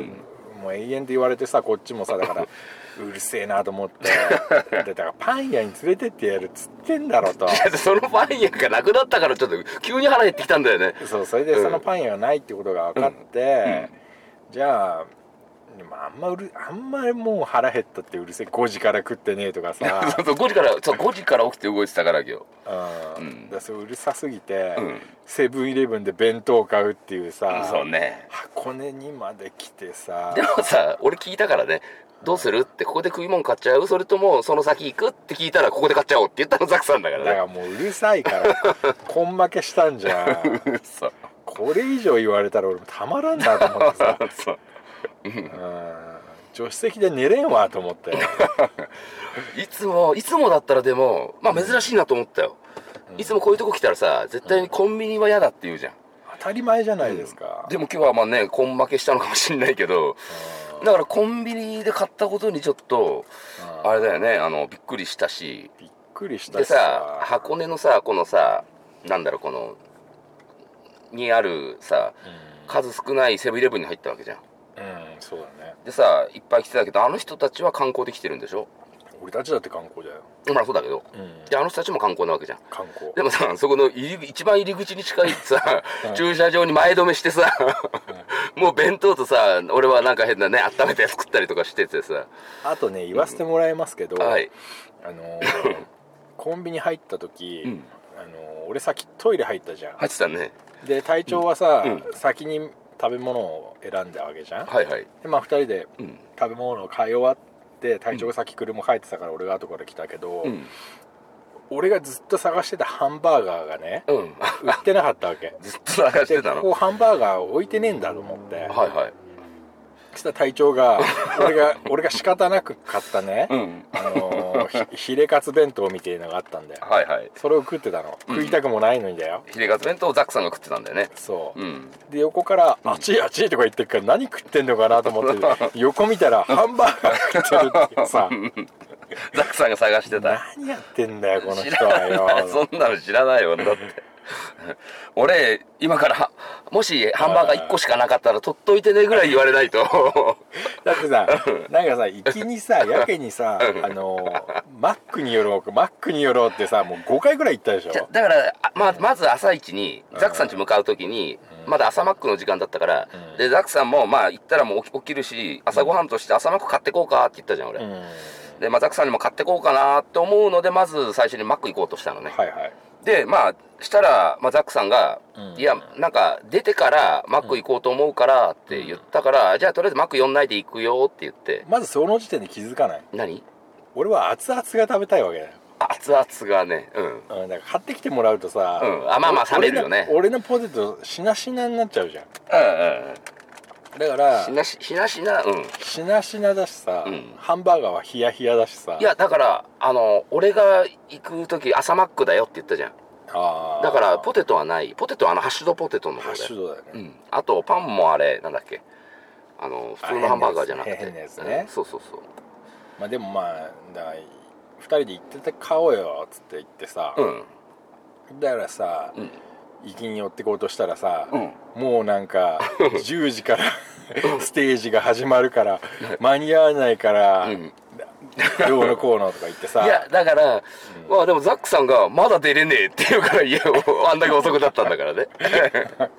Speaker 5: もう永遠で言われてさこっちもさ だからうるせえなと思ってでだからパン屋に連れてってやるっつってんだ ろと
Speaker 4: そのパン屋がなくなったからちょっと急に腹減ってきたんだよね。
Speaker 5: そうそれでそのパン屋がないってことが分かって、じゃあでもあんまうるあんまりもう腹減ったってうるせえ5時から食ってねえとかさ
Speaker 4: そうそう5時からそう5時から起きて動いてたから今日
Speaker 5: うんだからそれうるさすぎて、
Speaker 4: ん
Speaker 5: セブンイレブンで弁当買うっていうさ
Speaker 4: そうね
Speaker 5: 箱根にまで来てさ
Speaker 4: でもさ俺聞いたからねどうするってここで食い物買っちゃうそれともその先行くって聞いたらここで買っちゃおうって言ったのザクさんだか
Speaker 5: だからら
Speaker 4: ね
Speaker 5: もううるさいからこん負けしたんじゃん
Speaker 4: そう
Speaker 5: これ以上言われたら俺もたまらんなと思ってさ
Speaker 4: そう
Speaker 5: うん助手席で寝れんわと思って
Speaker 4: いつもいつもだったらでもまあ珍しいなと思ったよ、いつもこういうとこ来たらさ絶対にコンビニは嫌だって言うじゃん
Speaker 5: 当たり前じゃないですか、
Speaker 4: でも今日はまあね根負けしたのかもしれないけどだからコンビニで買ったことにちょっとあれだよねあのびっくりしたし
Speaker 5: びっくりした
Speaker 4: で
Speaker 5: し
Speaker 4: さ
Speaker 5: さ
Speaker 4: 箱根のさこのさなんだろうこのにあるさ数少ないセブンイレブンに入ったわけじゃん
Speaker 5: うんそうだね
Speaker 4: でさいっぱい来てたけどあの人たちは観光で来てるんでしょ
Speaker 5: 俺たちだって観光だよ、
Speaker 4: まあそうだけど
Speaker 5: うん、
Speaker 4: であの人たちも観光なわけじゃん
Speaker 5: 観光
Speaker 4: でもさそこの入り一番入り口に近いさ駐車場に前止めしてさもう弁当とさ俺はなんか変なね温めて作ったりとかしててさ
Speaker 5: あとね言わせてもらいますけど、
Speaker 4: はい
Speaker 5: あのー コンビニ入った時、
Speaker 4: ん
Speaker 5: あのー俺先トイレ入ったじゃん、
Speaker 4: 入ってたね
Speaker 5: で隊長はさ、
Speaker 4: うん
Speaker 5: 先に食べ物を選んだわけじゃん、
Speaker 4: はいはい
Speaker 5: でまあ2人で
Speaker 4: うん
Speaker 5: 食べ物を買い終わって隊長が先車帰ってたから俺が後から来たけど、
Speaker 4: うん
Speaker 5: 俺がずっと探してたハンバーガーがね
Speaker 4: うん
Speaker 5: 売ってなかったわけ
Speaker 4: ずっと探 して
Speaker 5: で
Speaker 4: た
Speaker 5: こ
Speaker 4: の
Speaker 5: こハンバーガー置いてねえんだと思って
Speaker 4: はいはい
Speaker 5: そしたら隊長 が俺が俺が仕方なく買ったね、
Speaker 4: うん
Speaker 5: あのーひヒレカツ弁当みたいなのがあったんだよ
Speaker 4: はいはい
Speaker 5: それを食ってたの食いたくもないのにだよ、
Speaker 4: ヒレカツ弁当をザックさんが食ってたんだよね
Speaker 5: そう、
Speaker 4: うん
Speaker 5: で横から「あっちいあっちい」とか言ってるから何食ってんのかなと思 って横見たらハンバーガー食ってるっていうさ
Speaker 4: ザックさんが探してた
Speaker 5: 何やってんだよこの
Speaker 4: 知
Speaker 5: 人はよ
Speaker 4: らない そんなの知らないよだって俺今からはもしハンバーガー1個しかなかったら取っといてねぐらい言われないと
Speaker 5: だってさなんかさ行きにさやけに さあのマックに寄ろうマックに寄ろうってさもう5回ぐらい行ったでし
Speaker 4: じゃ
Speaker 5: ょ
Speaker 4: だからあまあまず朝一にザックさん家向かう時にまだ朝マックの時間だったからでザックさんもまあ行ったらもう起き起きるし朝ごはんとして朝マック買ってこうかって言ったじゃん俺、
Speaker 5: うん
Speaker 4: で、まあ、ザックさんにも買ってこうかなって思うのでまず最初にマック行こうとしたのね、
Speaker 5: はいはい
Speaker 4: でまあしたら、まあ、ザックさんが「
Speaker 5: うん
Speaker 4: いやなんか出てからマック行こうと思うから」って言ったから「じゃあとりあえずマック寄んないで行くよ」って言って
Speaker 5: まずその時点で気づかない
Speaker 4: 何
Speaker 5: 俺は熱々が食べたいわけだよ
Speaker 4: 熱々がねうん
Speaker 5: うんだから買ってきてもらうとさ、
Speaker 4: うんあまあまあ冷めるよね
Speaker 5: 俺の俺のポテトしなしなになっちゃうじゃん
Speaker 4: うんうん
Speaker 5: だから
Speaker 4: しなしひなしなうん
Speaker 5: しなしなだしさ、
Speaker 4: うん
Speaker 5: ハンバーガーはヒヤヒヤだしさ
Speaker 4: いやだからあの俺が行く時朝マックだよって言ったじゃん
Speaker 5: あー
Speaker 4: だからポテトはないポテトはあのハッシュドポテトの
Speaker 5: ハ
Speaker 4: 方
Speaker 5: ッシ
Speaker 4: で
Speaker 5: ュドだよね、
Speaker 4: うんあとパンもあれなんだっけあの普通のハンバーガーじゃなくて
Speaker 5: あ変なやつね変なやつね
Speaker 4: うんそうそうそう
Speaker 5: まあでもまあだから2人で行ってて買おうよっつって言ってさ、
Speaker 4: うん
Speaker 5: だからさ、
Speaker 4: うん
Speaker 5: 行きに寄ってこうとしたらさ、
Speaker 4: うん
Speaker 5: もうなん か10時から ステージが始まるから間に合わないから、
Speaker 4: うん
Speaker 5: どうのこうのとか言ってさ
Speaker 4: いやだから、まあでもザックさんがまだ出れねえって言うからいやあんだけ遅くなったんだからね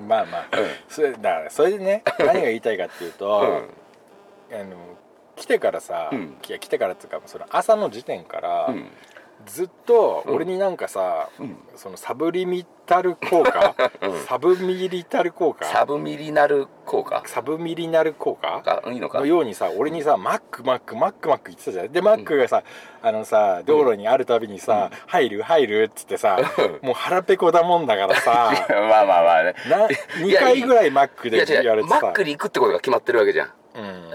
Speaker 5: まあまあ、それだからそれでね何が言いたいかってい うと、あの来てからさ、
Speaker 4: うん
Speaker 5: いや来てからっていうかその朝の時点から、
Speaker 4: ん
Speaker 5: ずっと俺になんかさ、そのサブリミタル 効果、サブミリタル効果
Speaker 4: サブミリナル効果
Speaker 5: サブミリナル効果
Speaker 4: がいいのか
Speaker 5: のようにさ俺にさ、マックマックマックマック言ってたじゃんでマックがさ、あのさ道路にあるたびにさ、入る入るっつってさ、もう腹ペコだもんだからさ
Speaker 4: まあまあまあね
Speaker 5: な2回ぐらいマック
Speaker 4: いや
Speaker 5: で言わ
Speaker 4: 違
Speaker 5: れ
Speaker 4: う
Speaker 5: て
Speaker 4: マ
Speaker 5: さ
Speaker 4: ックに行くってことが決まってるわけじゃん
Speaker 5: うん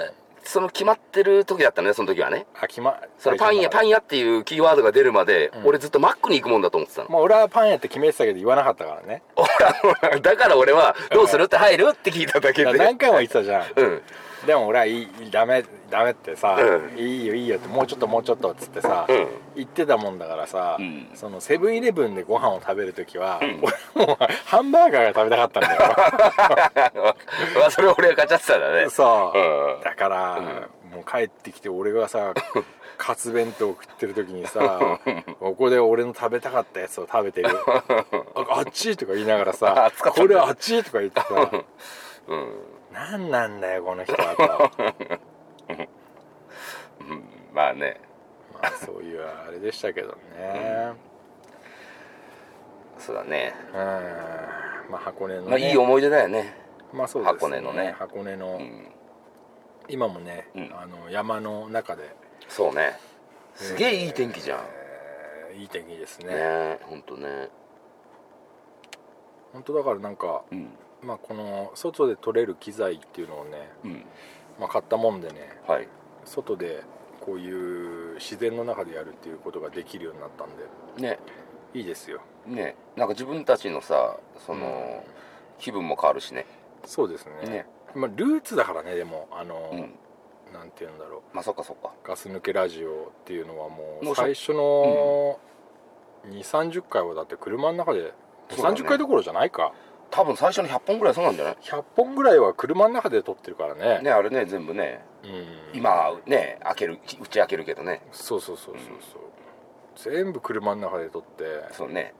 Speaker 4: その決まってる時だったのねその時はね
Speaker 5: あきま
Speaker 4: そのパン屋パン屋っていうキーワードが出るまで、俺ずっとマックに行くもんだと思ってたの
Speaker 5: もう俺はパン屋って決めてたけど言わなかったからね
Speaker 4: ほらほらだから俺は「どうする?」って入るって聞いただけで
Speaker 5: だから何回も言ってたじゃん
Speaker 4: うん
Speaker 5: でも俺はいいダメダメってさ、
Speaker 4: うん
Speaker 5: いいよいいよってもうちょっともうちょっとっつってさ、
Speaker 4: うん
Speaker 5: 言ってたもんだからさ、
Speaker 4: ん
Speaker 5: そのセブンイレブンでご飯を食べる時は、俺もうハンバーガーが食べたかったんだ
Speaker 4: まあ それ俺がガチャってたんだね
Speaker 5: よそう、
Speaker 4: うん
Speaker 5: だから、もう帰ってきて俺がさカツ弁当を食ってる時にさここで俺の食べたかったやつを食 べてるああっちとか言いながら
Speaker 4: あ
Speaker 5: さ
Speaker 4: 熱かったん
Speaker 5: こ
Speaker 4: だ
Speaker 5: れあっちとか言ってさ、なんなんだよこの人はと。
Speaker 4: まあね
Speaker 5: まあそういうあれでしたけどね、
Speaker 4: そうだね
Speaker 5: うん、まあ箱根の、ね
Speaker 4: まあいい思い出だよね
Speaker 5: まあそうです
Speaker 4: 箱根のね
Speaker 5: 箱根の、
Speaker 4: ん
Speaker 5: 今もね、
Speaker 4: うん
Speaker 5: あの山の中で、
Speaker 4: そうねすげえいい天気じゃん、
Speaker 5: えーいい天気ですね
Speaker 4: ねえほんとね
Speaker 5: 本当だからなんか、
Speaker 4: うん
Speaker 5: まあこの外で取れる機材っていうのをね、
Speaker 4: うん
Speaker 5: まあ、買ったもんでね
Speaker 4: はい
Speaker 5: 外でこういう自然の中でやるっていうことができるようになったんで
Speaker 4: ね
Speaker 5: いいですよ
Speaker 4: ねなんか自分たちのさその、気分も変わるしね
Speaker 5: そうですね
Speaker 4: ね
Speaker 5: まあ、ルーツだからねでもあの、
Speaker 4: うん
Speaker 5: なんて言うんだろう
Speaker 4: まあそっかそっか
Speaker 5: ガス抜けラジオっていうのはも
Speaker 4: もう
Speaker 5: う
Speaker 4: そ
Speaker 5: 最初の2 3 0回はだって車の中で
Speaker 4: そうだね
Speaker 5: 30回どころじゃないか
Speaker 4: 多分最初の100本ぐらいそうなんじゃない
Speaker 5: 100本ぐらいは車の中で撮ってるからね
Speaker 4: ねあれね全部ね
Speaker 5: うん、
Speaker 4: 今ね開ける打ち開けるけどね
Speaker 5: そうそうそうそうそう、全部車の中で撮って
Speaker 4: そうね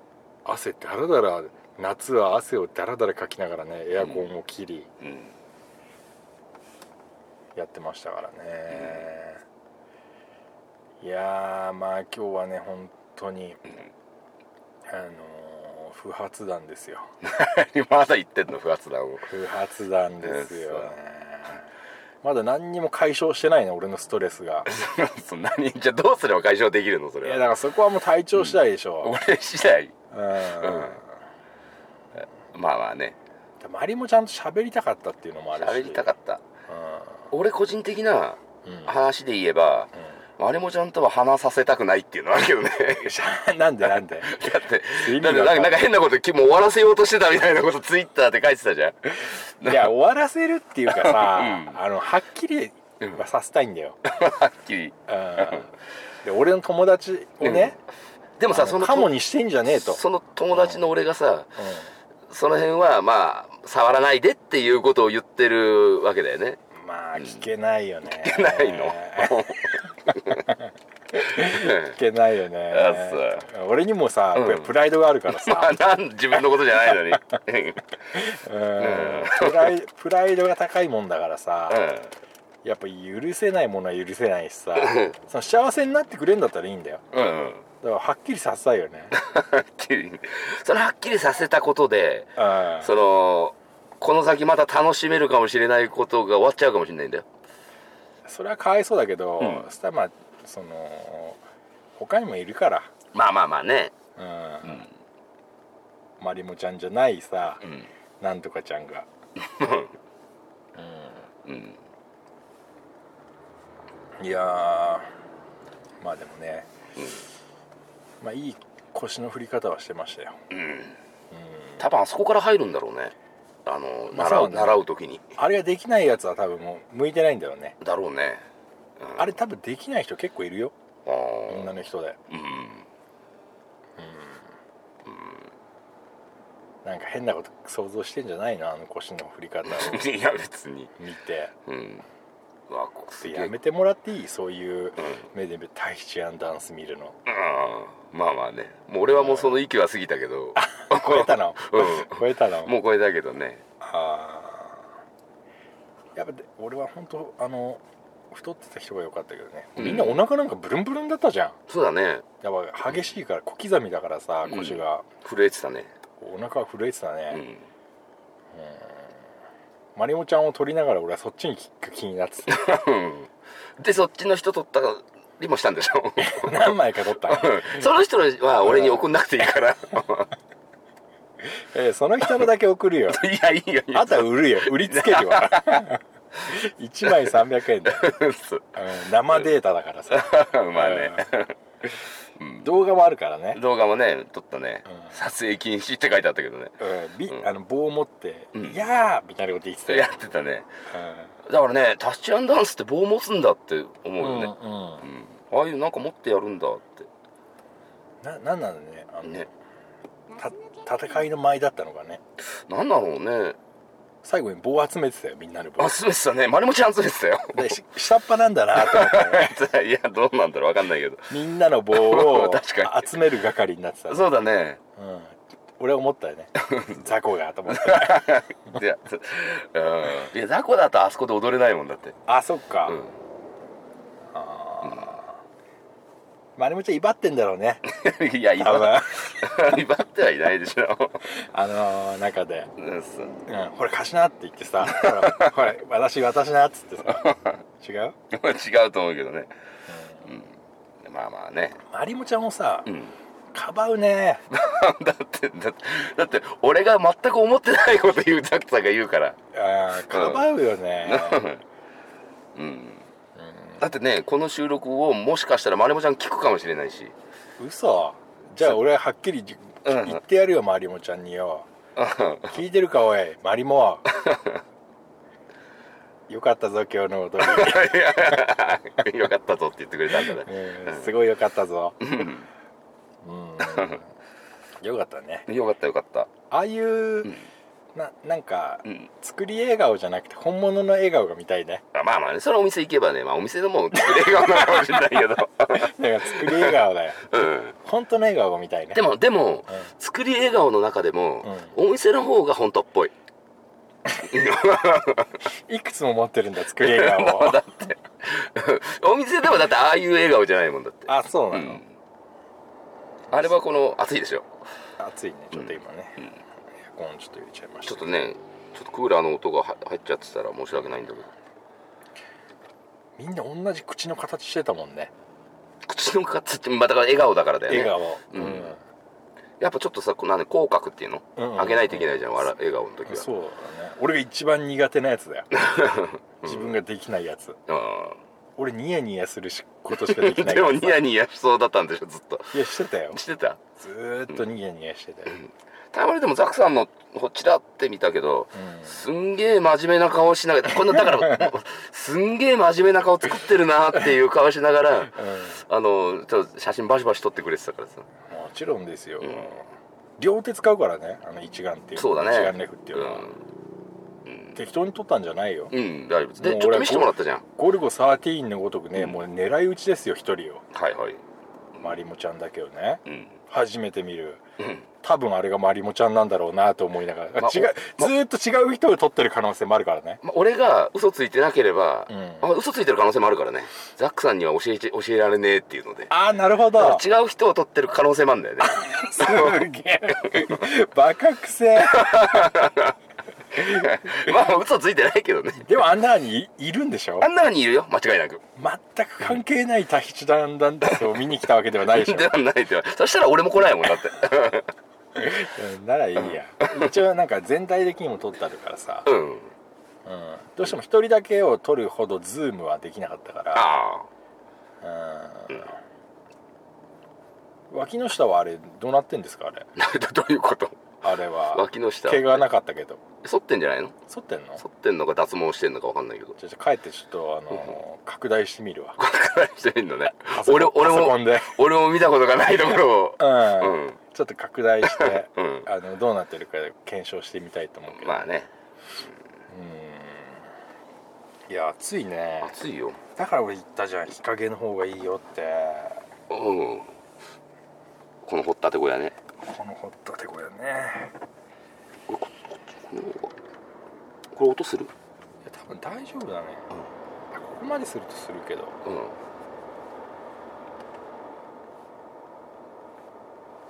Speaker 5: 汗だらだら夏は汗をだらだらかきながらねエアコンを切り
Speaker 4: うん
Speaker 5: やってましたからね、いやーまあ今日はね本当に、あのー不発弾ですよ
Speaker 4: まだ言ってんの不発弾を
Speaker 5: 不発弾ですよね
Speaker 4: うっ
Speaker 5: まだ何にも解消してないね俺のストレスが
Speaker 4: そんなにじゃあどうすれば解消できるのそ
Speaker 5: いや
Speaker 4: れは
Speaker 5: だからそこはもう体調次第でしょ
Speaker 4: 俺次第
Speaker 5: うん、
Speaker 4: まあまあね
Speaker 5: でもマリもちゃんと喋りたかったっていうのもあるし
Speaker 4: 喋りたかった
Speaker 5: う
Speaker 4: 俺個人的なん
Speaker 5: うん
Speaker 4: 話で言えば、あれもちゃんとは話させたくないっていうのはあるけどね
Speaker 5: しゃなんでなんで
Speaker 4: だって
Speaker 5: 意
Speaker 4: だ
Speaker 5: 味が
Speaker 4: ってなんかなんか変なこときもう終わらせようとしてたみたいなことツイッターで書いてたじゃん
Speaker 5: いや終わらせるっていうかさ、
Speaker 4: うん
Speaker 5: あのはっきりはさせたいんだよ、
Speaker 4: はっきり
Speaker 5: うん、で俺の友達をね、
Speaker 4: でもさ
Speaker 5: あの
Speaker 4: その
Speaker 5: カモにしてんじゃねえと、
Speaker 4: その友達の俺がさ、その辺はまあ触らないでっていうことを言ってるわけだよね
Speaker 5: うんまあ聞けないよね、聞け
Speaker 4: ないの
Speaker 5: 聞けないよね
Speaker 4: あ
Speaker 5: 俺にもさ、
Speaker 4: うん
Speaker 5: プライドがあるからさ、
Speaker 4: まあなん自分のことじゃないのに
Speaker 5: うんプライプライドが高いもんだからさ、やっぱ許せないものは許せないしさその幸せになってくれんだったらいいんだよ
Speaker 4: うんうんうん
Speaker 5: だからはっきりさせたいよね、
Speaker 4: はっきりそのはっきりさせたことで
Speaker 5: うん、
Speaker 4: そのこの先また楽しめるかもしれないことが終わっちゃうかもしれないんだよ
Speaker 5: それはかわいそうだけど、
Speaker 4: う
Speaker 5: そしたらまあその他にもいるから
Speaker 4: まあまあまあね
Speaker 5: うん、マリモちゃんじゃないさ、なんとかちゃんがうん、いやーまあでもね、まあいい腰の振り方はしてましたよ
Speaker 4: 多分あそこから入るんだろうねあの
Speaker 5: まあ
Speaker 4: 習,、
Speaker 5: そううなんだ
Speaker 4: 習う時に
Speaker 5: あれができないやつは多分もう向いてないんだろうね
Speaker 4: だろうね
Speaker 5: あれ多分できない人結構いるよ
Speaker 4: あー
Speaker 5: 女の人でなんか変なこと想像してんじゃないのあの腰の振り方を
Speaker 4: うんいや別に
Speaker 5: 見て
Speaker 4: うんうわこすげえ
Speaker 5: やめてもらっていいそういう目で見るタヒチアンダンス見るの
Speaker 4: うんまあまあねもう俺はもうその域は過ぎたけど
Speaker 5: 超えたの、
Speaker 4: うん
Speaker 5: 超えたの
Speaker 4: もうこれだけどね
Speaker 5: ああやっぱで俺は本当あの太ってた人が良かったけどねみんなお腹なんかブルンブルンだったじゃん
Speaker 4: そうだね
Speaker 5: やっぱ激しいから小刻みだからさ
Speaker 4: うん
Speaker 5: 腰が、
Speaker 4: 震えてたね
Speaker 5: お腹は震えてた
Speaker 4: う
Speaker 5: ね、
Speaker 4: ん
Speaker 5: マリモちゃんを取りながら俺はそっちにキック気になってた
Speaker 4: でそっちの人取ったりもしたんでし ょ
Speaker 5: 何枚か取ったの、
Speaker 4: その人のは俺に送んなくていいから
Speaker 5: えーその人のだけ送るよ
Speaker 4: いやいいよいいよ
Speaker 5: あとは売るよ売りつけるわ1枚300円だよ、
Speaker 4: そう
Speaker 5: うん生データだからさ
Speaker 4: まあね、
Speaker 5: うん動画もあるからね、
Speaker 4: 動画もね撮ったね、
Speaker 5: うん
Speaker 4: 撮影禁止って書いてあったけどね
Speaker 5: うんび
Speaker 4: うん
Speaker 5: あの棒を持って「
Speaker 4: うん
Speaker 5: いやー!」みたいなこと言ってたよ
Speaker 4: や、ってたね
Speaker 5: うん
Speaker 4: だからねタッチアンダンスって棒持つんだって思うよね、
Speaker 5: うんうん
Speaker 4: うんああいうなんか持ってやるんだっ
Speaker 5: ななんなのねあ
Speaker 4: て
Speaker 5: の
Speaker 4: ね
Speaker 5: た戦いの前だったのがね
Speaker 4: なんだろうね
Speaker 5: 最後に棒集めてたよみんなの棒
Speaker 4: あ集めてたね丸持ち集めてたよ
Speaker 5: でし下っ端なんだなと 思って
Speaker 4: いやどうなんだろうわかんないけど
Speaker 5: みんなの棒 を
Speaker 4: 確かに
Speaker 5: 集める係になってたの
Speaker 4: そうだ ね
Speaker 5: うん、俺は思っ たよね雑魚がと思って
Speaker 4: いや、うん、いやザコだとあそこで踊れないもんだって
Speaker 5: あそっか、
Speaker 4: うん
Speaker 5: まあ、あれもちょっと威張ってんだろうね
Speaker 4: いや、威
Speaker 5: 多
Speaker 4: 張
Speaker 5: 分
Speaker 4: 威張ってはいないでしょ。
Speaker 5: あのー中で
Speaker 4: うんそう
Speaker 5: 「うん、ほら貸しな」って言ってさ「ほらほら私私な」っつ ってさ違う
Speaker 4: 違うと思うけどね。うん、まあまあね。
Speaker 5: まりもちゃんをさ、
Speaker 4: うん、
Speaker 5: かばうね
Speaker 4: だってだって、だって、俺が全く思ってないこと言うザクさんが言うから。
Speaker 5: あーかばうよね、
Speaker 4: うん。だってね、この収録をもしかしたらマリモちゃん聞くかもしれ ないし。
Speaker 5: 嘘じゃあ俺ははっきりじ
Speaker 4: うん
Speaker 5: 言ってやるよまりもちゃんによ聞いてるかおいま りもよかったぞ今日の踊り、
Speaker 4: よかったぞって言ってくれたんだね。
Speaker 5: うんすごいよかったぞうんよかったね
Speaker 4: よかったよかった。
Speaker 5: ああいう、ななんか、
Speaker 4: うん
Speaker 5: 作り笑顔じゃなくて本物の笑顔が見たいね
Speaker 4: あまあまあね、それお店行けばね、まあお店でも作れるかもしれないけど。
Speaker 5: だから作り笑顔だよ
Speaker 4: うん。
Speaker 5: 本当の笑顔が見たいね
Speaker 4: でもでも、
Speaker 5: うん
Speaker 4: 作り笑顔の中でも、お店の方が本当っぽい
Speaker 5: いくつも持ってるんだ作り笑 顔を
Speaker 4: お店でもだってああいう笑顔じゃないもんだって
Speaker 5: あそう
Speaker 4: う
Speaker 5: なの、
Speaker 4: んあれはこの暑いでしょ
Speaker 5: 暑いねちょっと今ね、エアコンちょっと入れちゃいまし
Speaker 4: ち
Speaker 5: た
Speaker 4: ょっ
Speaker 5: け
Speaker 4: と
Speaker 5: ど
Speaker 4: ねちょっとクーラーの音がは入っちゃってたら申し訳ないんだけど
Speaker 5: みんな同じ口の形してたもんね
Speaker 4: 口の形ってまあだから笑顔だからだよね
Speaker 5: 笑顔、
Speaker 4: うんやっぱちょっとさこうなんで口角っていうの、
Speaker 5: うんうんうん
Speaker 4: 上げないといけないじゃん笑笑顔の時は
Speaker 5: そうだね俺が一番苦手なやつ だよ自分ができないやつ俺ニヤニヤするしことしかで
Speaker 4: う
Speaker 5: き
Speaker 4: ん
Speaker 5: ない
Speaker 4: で
Speaker 5: から
Speaker 4: も
Speaker 5: さ
Speaker 4: ニヤニヤしそうだったんでしょずっと
Speaker 5: いやしてたよ
Speaker 4: してた
Speaker 5: ずーっとニヤニヤしてたよ、
Speaker 4: たまにでもザクさんのこちらって見たけど、
Speaker 5: うん
Speaker 4: すんげえ真面目な顔しながらこんなだからすんげえ真面目な顔作ってるなっていう顔しながら、あのちょっと写真バシバシ撮ってくれてたからさ
Speaker 5: もちろんですよ、両手使うからねあの一眼っていう
Speaker 4: そうだね
Speaker 5: 一眼レフっていうのは、適当に撮ったんじゃないよ、
Speaker 4: うん、うん、大丈夫で
Speaker 5: もう
Speaker 4: ち
Speaker 5: 俺は
Speaker 4: ょっと見せてもらったじゃん
Speaker 5: ゴルゴ13のごとくね、もう狙い撃ちですよ一人を
Speaker 4: はいはい
Speaker 5: マリモちゃんだけをね、
Speaker 4: うん
Speaker 5: 初めて見る、
Speaker 4: ん
Speaker 5: 多分あれがマリモちゃんなんだろうなと思いながら、
Speaker 4: まあ
Speaker 5: 違う、
Speaker 4: ま
Speaker 5: ずーっと違う人を撮ってる可能性もあるからね
Speaker 4: まあ、俺が嘘ついてなければ、
Speaker 5: ん
Speaker 4: あ嘘ついてる可能性もあるからねザックさんには教えて教えられねえっていうので
Speaker 5: ああなるほど
Speaker 4: 違う人を撮ってる可能性もあるん だよね
Speaker 5: すげえバカくせえ
Speaker 4: まあ嘘ついてないけどね
Speaker 5: でもあんなにいいるんでしょ
Speaker 4: あん中にいるよ間違いなく
Speaker 5: 全く関係ないタヒチダンダンダスを見に来たわけではないでしょ
Speaker 4: ではないではそしたら俺も来ないもんだって
Speaker 5: うんならいいや一応なんか全体的にも撮ってあるからさ、
Speaker 4: うん
Speaker 5: うんどうしても一人だけを撮るほどズームはできなかったから
Speaker 4: あ
Speaker 5: 脇の下はあれどうなってんですかあれ
Speaker 4: あどういうこと
Speaker 5: あれは
Speaker 4: 脇の下
Speaker 5: 毛がなかったけど
Speaker 4: 剃ってんじゃないの
Speaker 5: 剃ってんの
Speaker 4: 剃ってんのか脱毛してんのかわかんないけ ど
Speaker 5: じゃあ帰ってちょっとあのー拡大してみるわ
Speaker 4: してんのね
Speaker 5: パソコ ン
Speaker 4: 俺俺
Speaker 5: パソコン
Speaker 4: も
Speaker 5: で
Speaker 4: 俺も見たことがないところを
Speaker 5: うん、
Speaker 4: うん
Speaker 5: ちょっと拡大して、
Speaker 4: うん
Speaker 5: あのどうなってるか検証してみたいと思うけど、
Speaker 4: まあね
Speaker 5: いや暑いね
Speaker 4: 暑いよ
Speaker 5: だから俺言ったじゃん日陰の方がいいよって
Speaker 4: うんこの掘ったて小屋ね
Speaker 5: このホットテこやね
Speaker 4: これ音する
Speaker 5: いや多分大丈夫だね、あここんまりするとするけど
Speaker 4: うん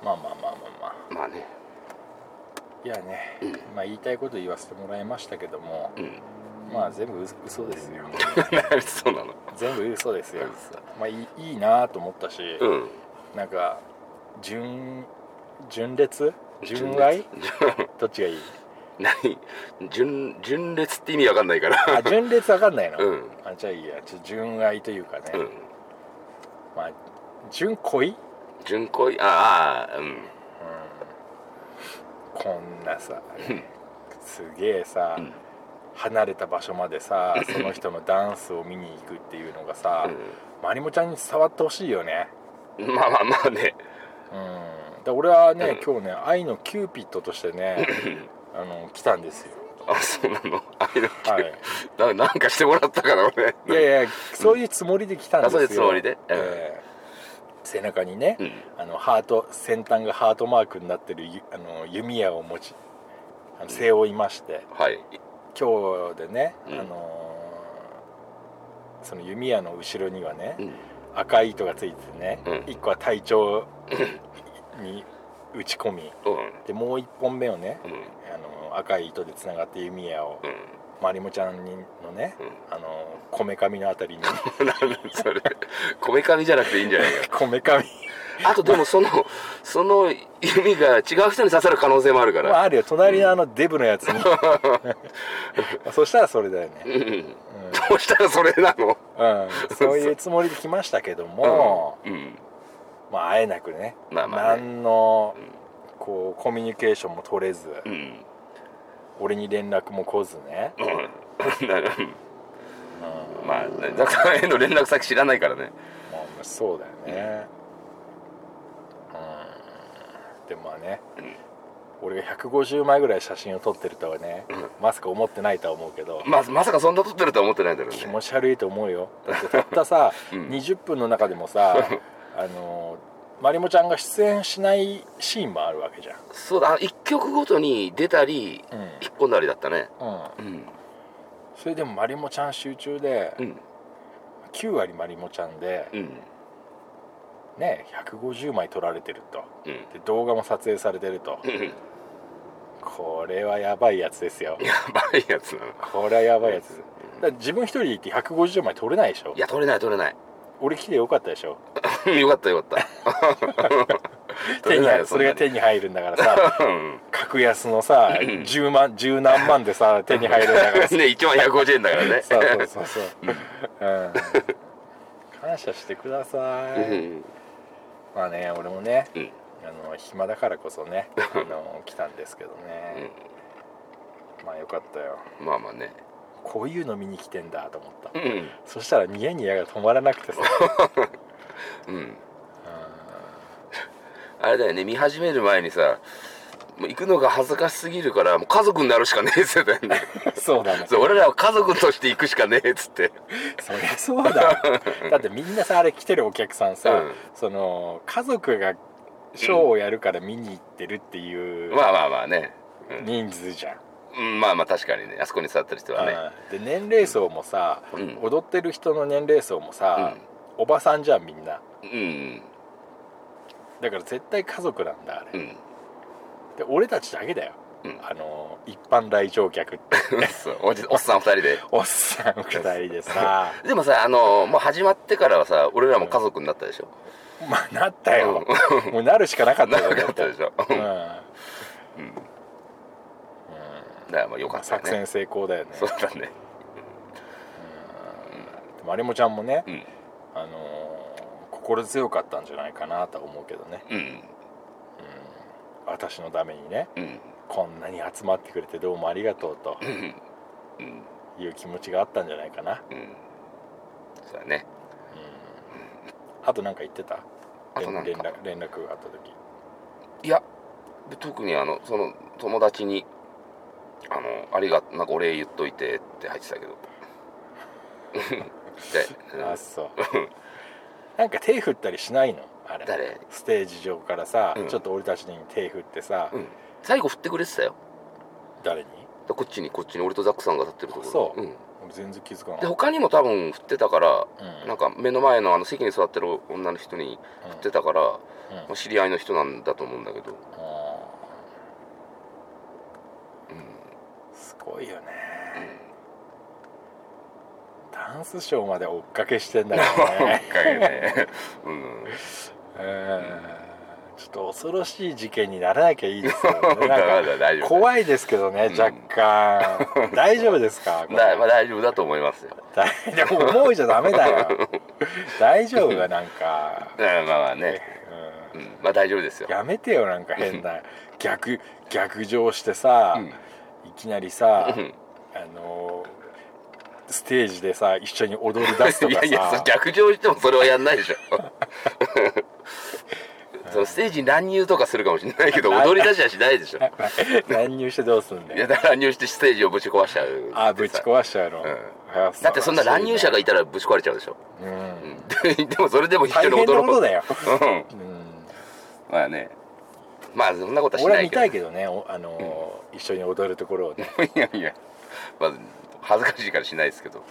Speaker 5: まあまあまあまあまあ
Speaker 4: まあね
Speaker 5: いやね、まあ言いたいこと言わせてもらいましたけども、
Speaker 4: うん
Speaker 5: まあ全部嘘嘘です よ
Speaker 4: そうなの
Speaker 5: 全部嘘ですよまあいいいいなと思ったし、
Speaker 4: うん
Speaker 5: なんか純純烈純愛どっちがいい
Speaker 4: 何純純烈って意味わかんないから
Speaker 5: あ純烈わかんないの、
Speaker 4: うん
Speaker 5: あじゃあいいやちょっと純愛というかね、
Speaker 4: うん
Speaker 5: まあ純恋
Speaker 4: 純恋ああうん
Speaker 5: こんなさすげえさ、
Speaker 4: ん
Speaker 5: 離れた場所までさその人のダンスを見に行くっていうのがさ、まりもちゃんに伝わってほしいよね
Speaker 4: まあまあまあね
Speaker 5: うんで俺はね、今日ね愛のキューピッドとしてねあの来たんですよ
Speaker 4: あそうなのあれだっけ
Speaker 5: はい
Speaker 4: ななんかしてもらったから俺
Speaker 5: いやいやそういうつもりで来たんです
Speaker 4: あそう
Speaker 5: よ
Speaker 4: いうつもりでうん
Speaker 5: ええ背中にね、
Speaker 4: うん
Speaker 5: あのハート先端がハートマークになってるゆあの弓矢を持ちあの背負いまして、
Speaker 4: はい
Speaker 5: 今日でね、
Speaker 4: うん
Speaker 5: あのーその弓矢の後ろにはね、
Speaker 4: うん
Speaker 5: 赤い糸がついててね、
Speaker 4: うん
Speaker 5: 1個は 体調に打ち込み
Speaker 4: うん
Speaker 5: でもう1本目をね、
Speaker 4: うん
Speaker 5: あのー赤い糸でつながって弓矢を、
Speaker 4: う
Speaker 5: まりもちゃんにのね、
Speaker 4: う
Speaker 5: あのーこめかみのあたりに
Speaker 4: ん 何それこめかみじゃなくていいんじゃないよ
Speaker 5: こめかみ
Speaker 4: あとでもその その弓が違う人に刺さる可能性もあるか
Speaker 5: まあ
Speaker 4: ら
Speaker 5: あるよ隣のあのデブのやつに そしたらそれだよ
Speaker 4: う
Speaker 5: ね、
Speaker 4: んどうしたらそれなの
Speaker 5: うん、そういうつもりで来ましたけども、
Speaker 4: うん
Speaker 5: まあ、会えなくね,、
Speaker 4: まあまあね
Speaker 5: 何のこうコミュニケーションも取れず、
Speaker 4: うん
Speaker 5: 俺に連絡も来ずね、
Speaker 4: うんなるまあねザクさんへの連絡先知らないからね
Speaker 5: まあ、そうだよねうんでもまあね、俺が150枚ぐらい写真を撮ってるとはね、まさか思ってないとは思うけど、
Speaker 4: まあまさかそんな撮ってるとは思ってないだろう
Speaker 5: 気
Speaker 4: ね
Speaker 5: 持ち悪いと思 うよだってたったさ、
Speaker 4: うん
Speaker 5: 20分の中で もさあのまりもちゃんが出演しないシーンもあるわけじゃん
Speaker 4: そうだ一曲ごとに出たり
Speaker 5: うん
Speaker 4: 引っ込んだりだったね
Speaker 5: うん
Speaker 4: うん
Speaker 5: それでもまりもちゃん集中で、
Speaker 4: うん
Speaker 5: 9割まりもちゃんで、
Speaker 4: うん
Speaker 5: ね150枚撮られてると
Speaker 4: うん
Speaker 5: で動画も撮影されてると
Speaker 4: うん
Speaker 5: これはやばいやつですよ
Speaker 4: やばいやつなの
Speaker 5: これはやばいやつだから自分一人で行って150枚撮れないでしょ
Speaker 4: いや取れない取れない
Speaker 5: 俺来てよかったでしょ
Speaker 4: うん よかったよかった。
Speaker 5: 手に入るそれが手に入るんだか らさ
Speaker 4: うん
Speaker 5: 格安のさ10万10何万でさ手に入るん だからさ
Speaker 4: ね、1万150円だからね。
Speaker 5: そうそうそうそう、うん、感謝してください、
Speaker 4: うん
Speaker 5: まあね俺もね、
Speaker 4: うん
Speaker 5: あの暇だからこそねあの来たんですけどね、まあよかったよ
Speaker 4: まあまあね。
Speaker 5: こういうの見に来てんだと思った、
Speaker 4: うん。
Speaker 5: そしたらニヤニヤが止まらなくてさ
Speaker 4: うん。あれだよね、見始める前にさ、もう行くのが恥ずかしすぎるから、もう家族になるしかねえっつってたよ ね。
Speaker 5: そうだね
Speaker 4: そう俺らは家族として行くしかねえっつって。
Speaker 5: そりゃそう だだってみんなさあれ来てるお客さんさ、
Speaker 4: うん
Speaker 5: その家族がショーをやるから見に行ってるっていう
Speaker 4: まあまあまあね。
Speaker 5: 人数じゃん、
Speaker 4: うん、まあまあ確かにね、あそこに座ってる人はね。
Speaker 5: うんで年齢層もさ、
Speaker 4: うん
Speaker 5: 踊ってる人の年齢層もさ、おばさんじゃんみんな
Speaker 4: うん。
Speaker 5: だから絶対家族なんだあれ
Speaker 4: うん。
Speaker 5: で俺たちだけだよ、
Speaker 4: うん
Speaker 5: あの一般来場客って
Speaker 4: そうおじおっさん二人で。
Speaker 5: おっさん2人で さ
Speaker 4: でもさ、あの、もう始まってからはさ、俺らも家族になったでしょ。
Speaker 5: まあなったよ、もうなるしかなかった
Speaker 4: な
Speaker 5: よ
Speaker 4: んかあったでしょ。
Speaker 5: うん
Speaker 4: だからまあよかったよ
Speaker 5: 作
Speaker 4: ね
Speaker 5: 戦。成功だよね
Speaker 4: そうだね。
Speaker 5: まりもちゃんもね、
Speaker 4: うん
Speaker 5: あのー心強かったんじゃないかなとは思うけどね
Speaker 4: うん。
Speaker 5: 私のためにね
Speaker 4: うん。
Speaker 5: こんなに集まってくれてどうもありがとうという気持ちがあったんじゃないかな
Speaker 4: そうだね。
Speaker 5: あとなんか言ってた
Speaker 4: あとなんか
Speaker 5: 連絡連絡があった時
Speaker 4: いや、で特にあの、その友達に、あの、ありがなんかお礼言っといてって入ってたけど。 で、
Speaker 5: あそうなんか手振ったりしないのあれ
Speaker 4: 誰
Speaker 5: ステージ上からさ、
Speaker 4: うん
Speaker 5: ちょっと俺たちに手振ってさ、
Speaker 4: うん。最後振ってくれてたよ。
Speaker 5: 誰に
Speaker 4: こっちにこっちに俺とザックさんが立ってるところ。
Speaker 5: そう、俺全然気づかな
Speaker 4: で
Speaker 5: かっ
Speaker 4: 他にも多分振ってたから、
Speaker 5: うん
Speaker 4: なんか目の前のあの席に座ってる女の人に振ってたから、
Speaker 5: うん
Speaker 4: まあ知り合いの人なんだと思うんだけど
Speaker 5: たあーすごいよねダンスショーまで追っかけして んだからね
Speaker 4: うん
Speaker 5: うんちょっと恐ろしい事件にならなきゃいいです よねなんか
Speaker 4: だから大丈夫
Speaker 5: 怖いですけどね
Speaker 4: うん
Speaker 5: 若 干、大丈夫ですかこれ
Speaker 4: だ、まあ、大丈夫だと思いますよ
Speaker 5: 大でも 思いじゃダメだよ大丈夫がなんか、
Speaker 4: だからまあまあね、
Speaker 5: う
Speaker 4: うん、まあ大丈夫ですよ
Speaker 5: ん、やめてよなんか変な逆逆上してさ、
Speaker 4: うん
Speaker 5: いきなりさ、
Speaker 4: うん
Speaker 5: あのーステージでさ一緒に踊り出すと
Speaker 4: い
Speaker 5: か
Speaker 4: や
Speaker 5: さ
Speaker 4: いやそ逆上してもそれはやん ないでしょそのステージに乱入とかするかもしれないけど踊り出しはしないでしょ
Speaker 5: 乱入してどうすん
Speaker 4: い
Speaker 5: だ
Speaker 4: や
Speaker 5: よ
Speaker 4: だから乱入してステージをぶち壊しちゃうってさ
Speaker 5: あぶち壊しちゃうの、
Speaker 4: ん
Speaker 5: あ
Speaker 4: だってそんな乱入者がいた
Speaker 5: ら、
Speaker 4: らぶち壊れちゃうでしょ、
Speaker 5: うん
Speaker 4: うん ででもそれでも一緒
Speaker 5: 大
Speaker 4: に
Speaker 5: 変
Speaker 4: 踊
Speaker 5: な
Speaker 4: ろ
Speaker 5: こと
Speaker 4: う
Speaker 5: だよ、
Speaker 4: うん
Speaker 5: うん
Speaker 4: まあねまあそんなことはし
Speaker 5: 俺は
Speaker 4: ない
Speaker 5: 見
Speaker 4: け
Speaker 5: た
Speaker 4: ど
Speaker 5: いけどねおあのー、一緒に踊るところをね
Speaker 4: いや いや、まあ、恥ずかしいからしないですけど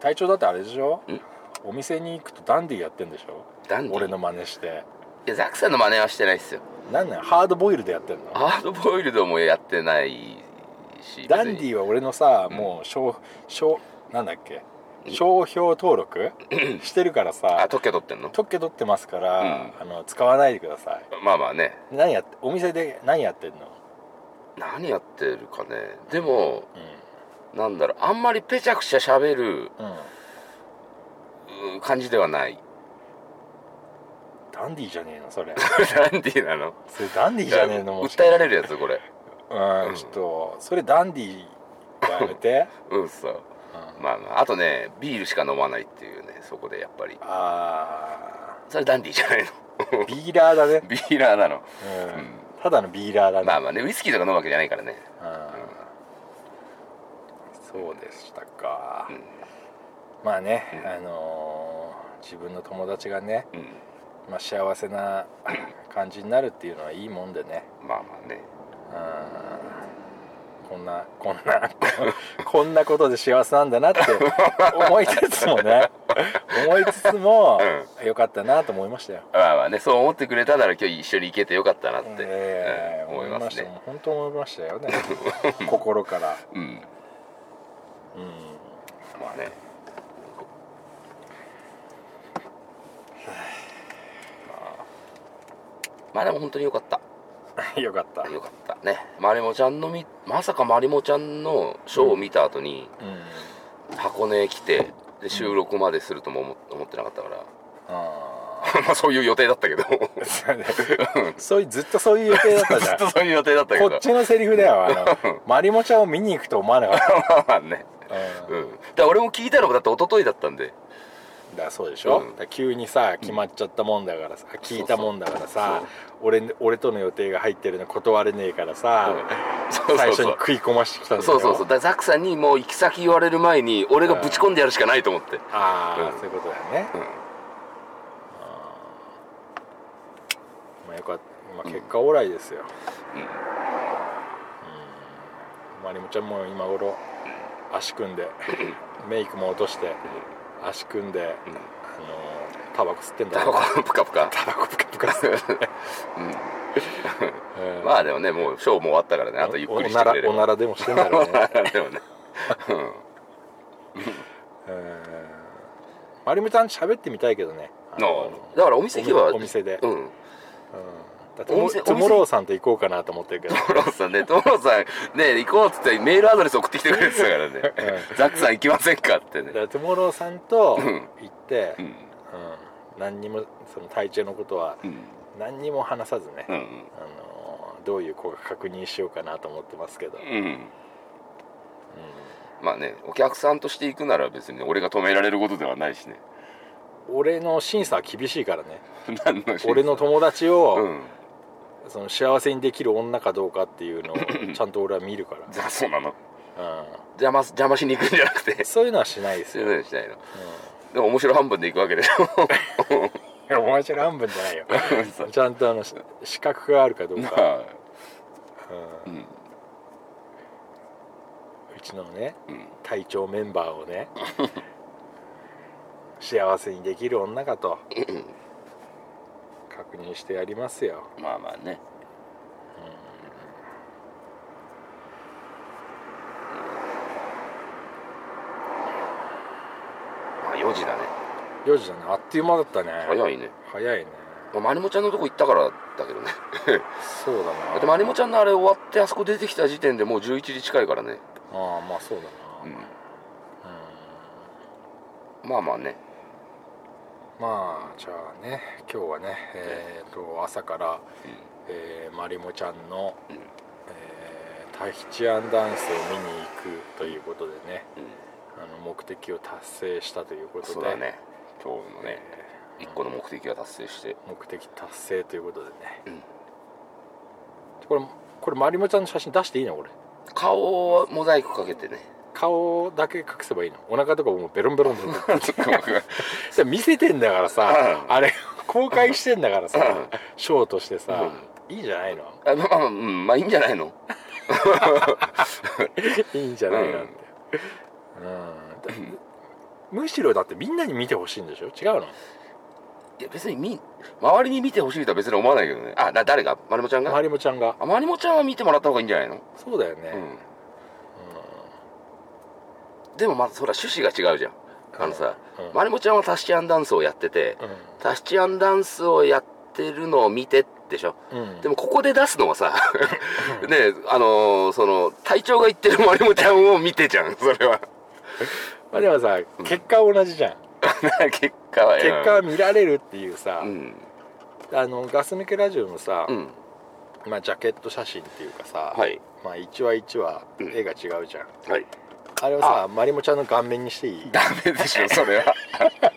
Speaker 5: 隊長だってあれでしょ
Speaker 4: ん
Speaker 5: お店に行くとダンディやってんでしょ
Speaker 4: ダンディ
Speaker 5: 俺の真似して
Speaker 4: いやザクさんの真似はしてないですよ
Speaker 5: なんなんハードボイルドやってんの
Speaker 4: ハードボイルドもやってないし
Speaker 5: ダンディは俺のさ
Speaker 4: うん
Speaker 5: もう商商なんだっけ商標登録してるから
Speaker 4: あ
Speaker 5: さ
Speaker 4: 特許取ってんの
Speaker 5: 特許取ってますから、あの使わないでください
Speaker 4: まあまあね
Speaker 5: 何やってお店で何やってんの、
Speaker 4: 何やってるかねでも
Speaker 5: う
Speaker 4: なんだろうあんまりぺちゃくちゃしゃべる
Speaker 5: んうん、
Speaker 4: うん感じではない
Speaker 5: ダンディじゃねえのそれ
Speaker 4: ダンディなの
Speaker 5: それダンディじゃねえのもしか
Speaker 4: 訴えられるやつこれ
Speaker 5: うんちょっとそれダンディやめ て、
Speaker 4: うんそう
Speaker 5: うん、
Speaker 4: まあまああとねビールしか飲まないっていうねそこでやっぱり
Speaker 5: あ
Speaker 4: それダンディじゃないの
Speaker 5: ービーラーだね
Speaker 4: ビーラーなの
Speaker 5: うんただのビーラーだね、
Speaker 4: まあまあねウイスキーとか飲むわけじゃないからね
Speaker 5: うんそうでしたか、まあね、あのー自分の友達がね、
Speaker 4: うん
Speaker 5: まあ、幸 せな感じになるっていうのはいいもんでね、
Speaker 4: まあまあね
Speaker 5: うんこんなこん なこんなことで幸せなんだなって思いつつも ね思いつつも、よかったなと思いましたよ、
Speaker 4: まあまあねそう思ってくれたなら今日一緒に行けてよかったなって、
Speaker 5: ええ
Speaker 4: うん思いますね
Speaker 5: 思いました本当思いました よね心から
Speaker 4: うん
Speaker 5: うん
Speaker 4: まあね まあでも本当によかった
Speaker 5: よかった。
Speaker 4: よかったねまりもちゃんのみまさかまりもちゃんのショーを見た後に
Speaker 5: うん。うん。
Speaker 4: 箱根へ来てで収録までするとも思思ってなかったから、
Speaker 5: あ
Speaker 4: まあそういう予定だったけ ど
Speaker 5: あ。 そういう、ずっとそういう予定だったじ
Speaker 4: ず
Speaker 5: ゃ
Speaker 4: っとそういう予定だったけ
Speaker 5: ん。
Speaker 4: ど
Speaker 5: こっちのセリフだよ。あの、マリモちゃんを見に行くと思わなかっ
Speaker 4: まあまあね
Speaker 5: た。う。
Speaker 4: うんんだから俺も聞いたのがだって一昨日だったんで
Speaker 5: だからそうでしょ、
Speaker 4: うん
Speaker 5: だから急にさ、決まっちゃったもんだからさ、聞いたもんだからさ、俺、俺との予定が入ってるの断れねえからさ、
Speaker 4: そう
Speaker 5: 最
Speaker 4: そう
Speaker 5: 初
Speaker 4: そ
Speaker 5: に
Speaker 4: う
Speaker 5: 食い込ましてきたんだよ
Speaker 4: そうそうそうだからザクさんにもう行き先言われる前に俺がぶち込んでやるしかないと思って
Speaker 5: ああ、
Speaker 4: うん
Speaker 5: そういうことだよね。
Speaker 4: うん
Speaker 5: まあ、よかった。まあ、結果オーライですよ。
Speaker 4: うん
Speaker 5: マリモちゃんも今頃足組んでメイクも落として足組んで、
Speaker 4: うん
Speaker 5: あのータバコ吸ってんだ
Speaker 4: タ
Speaker 5: ろ
Speaker 4: バ
Speaker 5: うな
Speaker 4: コプカプカ
Speaker 5: タバコプカプカ吸ってうん
Speaker 4: まあでもねもうショーも終わったからね あとゆっくりしてくれれ
Speaker 5: おおな
Speaker 4: ば
Speaker 5: らおならでもしてんだろう ね
Speaker 4: でもね
Speaker 5: うんマリモちゃん喋ってみたいけどね あの
Speaker 4: のだからお店行けば
Speaker 5: お店で
Speaker 4: うん
Speaker 5: だってトモ
Speaker 4: お店お店
Speaker 5: トモローさんと行こうかなと思ってるけど
Speaker 4: トモロさんねトモロさんね行こうっつってメールアドレス送ってきてくれてたからね ザクさん行きませんかって
Speaker 5: だ
Speaker 4: ね
Speaker 5: からトモローさんと行って、
Speaker 4: うん
Speaker 5: うん何にもその体調のことは
Speaker 4: うん
Speaker 5: 何にも話さずね、
Speaker 4: うん
Speaker 5: あのーどういう子が確認しようかなと思ってますけど、
Speaker 4: うんまあねお客さんとして行くなら別に俺が止められることではないしね
Speaker 5: 俺の審査は厳しいからね
Speaker 4: 何の心
Speaker 5: 俺の友達
Speaker 4: う
Speaker 5: を、
Speaker 4: ん
Speaker 5: その幸せにできる女かどうかっていうのをちゃんと俺は見るか
Speaker 4: じゃあそうなの
Speaker 5: ら、うん、
Speaker 4: 邪魔す邪魔しに行くんじゃなくて
Speaker 5: そういうのはしないです
Speaker 4: そうい
Speaker 5: よ
Speaker 4: うのにしたいのでも面白半分で行くわけでしょ
Speaker 5: いやお前ちゃ半分じゃないよちゃんとあのし資格があるかどう
Speaker 4: ま
Speaker 5: か、
Speaker 4: あ
Speaker 5: うん
Speaker 4: ん
Speaker 5: ちのね
Speaker 4: うん
Speaker 5: 隊長メンバーを ね幸せにできる女かと確認してやりますよ
Speaker 4: まあまあねまあ4時だね
Speaker 5: 4時だねあっという間だったね
Speaker 4: 早いね
Speaker 5: 早いね
Speaker 4: まあまりもちゃんのとこ行ったからだけどね
Speaker 5: そうだな
Speaker 4: だってまりもちゃんのあれ終わってあそこ出てきた時点でもう11時近いからね
Speaker 5: ああまあそうだな、
Speaker 4: うん
Speaker 5: うん
Speaker 4: まあまあね
Speaker 5: まあじゃあね今日はねえー、と朝から、えーまりもちゃんの、
Speaker 4: うん
Speaker 5: えータヒチアンダンスを見に行くということでね、あの目的を達成したということで
Speaker 4: そうだね今日のね
Speaker 5: え
Speaker 4: 1個の目的が達成して
Speaker 5: ー目的達成ということでね、
Speaker 4: うん
Speaker 5: これこれまりもちゃんの写真出していいのこれ
Speaker 4: 顔をモザイクかけてね
Speaker 5: 顔だけ隠せばいいのお腹とかもうベロンベロンベロン それ見せてんだからさあれ公開してんだからさショーとしてさ、いいじゃないの
Speaker 4: あまあまあ、うん、まあいいんじゃないの
Speaker 5: いいんじゃないなって、うんだむしろだってみんなに見てほしいんでしょ違うの
Speaker 4: いや別にみ周りに見てほしいとは別に思わないけどねあな誰がまりもちゃんが
Speaker 5: まりもちゃんが
Speaker 4: あまりもちゃんは見てもらった方がいいんじゃないの、
Speaker 5: そうだよね、
Speaker 4: うん、でもまあそら趣旨が違うじゃんあのさ、
Speaker 5: うん
Speaker 4: まりもちゃんはタシチアンダンスをやってて、
Speaker 5: うん
Speaker 4: タシチアンダンスをやってるのを見てでしょ、
Speaker 5: うん
Speaker 4: でもここで出すのは さねえあのーその隊長が言ってるまりもちゃんを見てじゃんそれは
Speaker 5: まあ、でもさ結果は同じじゃん
Speaker 4: 結果は
Speaker 5: 結果は見られるっていうさ、
Speaker 4: うん
Speaker 5: あのガス抜けラジオのさ、
Speaker 4: うん
Speaker 5: まあ、ジャケット写真っていうかさ、
Speaker 4: はい
Speaker 5: まあ、一話一話絵が違うじゃん、
Speaker 4: はい
Speaker 5: あれをさまりもちゃんの顔面にしていい
Speaker 4: ダメでしょそれは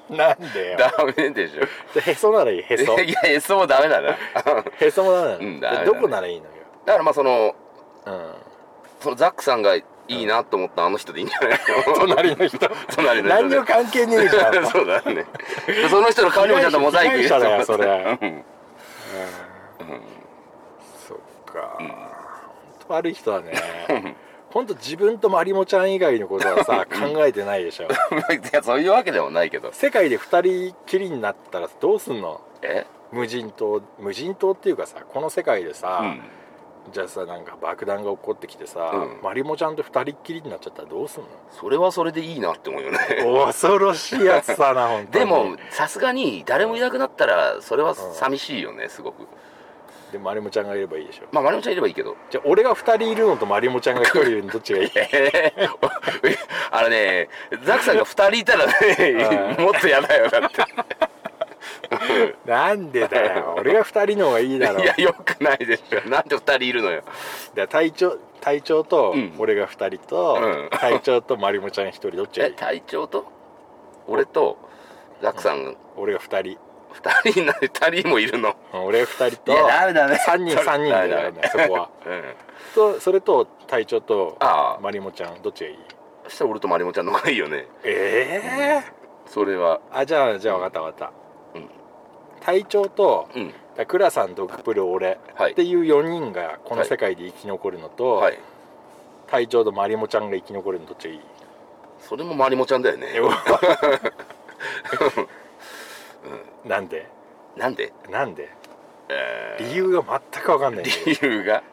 Speaker 5: なんでよ
Speaker 4: ダメでしょ
Speaker 5: でへそならいいへそ
Speaker 4: いやいやそうダメだな だか
Speaker 5: へそもダメなの、
Speaker 4: うんダメだね
Speaker 5: でどこならいいのよ、
Speaker 4: らまあその
Speaker 5: うん、
Speaker 4: そのザックさんがいいなと思ったあの人でいいんじゃないの
Speaker 5: 隣の人
Speaker 4: 隣の人
Speaker 5: 何
Speaker 4: で
Speaker 5: にも関係ね えじゃん
Speaker 4: そうだねその人の顔にもちゃんとモザイク入れ
Speaker 5: 被害者だよそれ
Speaker 4: うん
Speaker 5: そっか、本当悪い人だね本当自分とまりもちゃん以外のことはさ考えてないでしょ
Speaker 4: いやそういうわけでもないけど
Speaker 5: 世界で2人きりになったらどうすんの
Speaker 4: え
Speaker 5: 無人島無人島っていうかさこの世界で
Speaker 4: う
Speaker 5: さ、
Speaker 4: ん
Speaker 5: じゃあさなんか爆弾が起こってきてさ、
Speaker 4: うん
Speaker 5: まりもちゃんと2人っきりになっちゃったらどう すんの
Speaker 4: それはそれでいいなって思うよね
Speaker 5: 恐ろしいやつ だな本当
Speaker 4: で
Speaker 5: に
Speaker 4: もさすがに誰もいなくなったらそれは寂しいよねすごく
Speaker 5: でまりもちゃんがいればいいでしょ
Speaker 4: まあまりもちゃんいればいいけど
Speaker 5: じゃあ俺が2人いるのとまりもちゃんが1人いるのどっち がいい
Speaker 4: えー あのねザクさんが2人いたらねもっと嫌だよだって
Speaker 5: なんでだよ 俺が2人の方がいいだろう
Speaker 4: いやよくないでしょなんで2人いるのよ
Speaker 5: で隊長隊長と
Speaker 4: うん
Speaker 5: 俺が2人と、
Speaker 4: うん
Speaker 5: 隊長とまりもちゃん1人どっちがい
Speaker 4: え
Speaker 5: い
Speaker 4: 隊長と俺とザクさん
Speaker 5: 俺が2人
Speaker 4: 2人な2人もいるの
Speaker 5: うん俺が2人と
Speaker 4: いやダメだね
Speaker 5: 3人
Speaker 4: それ
Speaker 5: 3人で
Speaker 4: ダメ
Speaker 5: や
Speaker 4: だ
Speaker 5: る
Speaker 4: ね
Speaker 5: ねそこは
Speaker 4: うん
Speaker 5: とそれと隊長と
Speaker 4: ああ
Speaker 5: まりもちゃんどっちがいい
Speaker 4: そしたら俺とマリモちゃんの方がいいよね
Speaker 5: ええ
Speaker 4: それは
Speaker 5: あじゃあじゃあ分かった分かった、
Speaker 4: うん
Speaker 5: 隊長と
Speaker 4: うん
Speaker 5: だ倉さんドクプル俺、
Speaker 4: はい
Speaker 5: っていう4人がこの世界で生き残るのと、
Speaker 4: はい
Speaker 5: 隊長とまりもちゃんが生き残るのどっちがいい
Speaker 4: それもマリモちゃんだよね
Speaker 5: なんで
Speaker 4: なんで
Speaker 5: なんで
Speaker 4: え
Speaker 5: 理由が全く分かんないんだけど
Speaker 4: ー理由が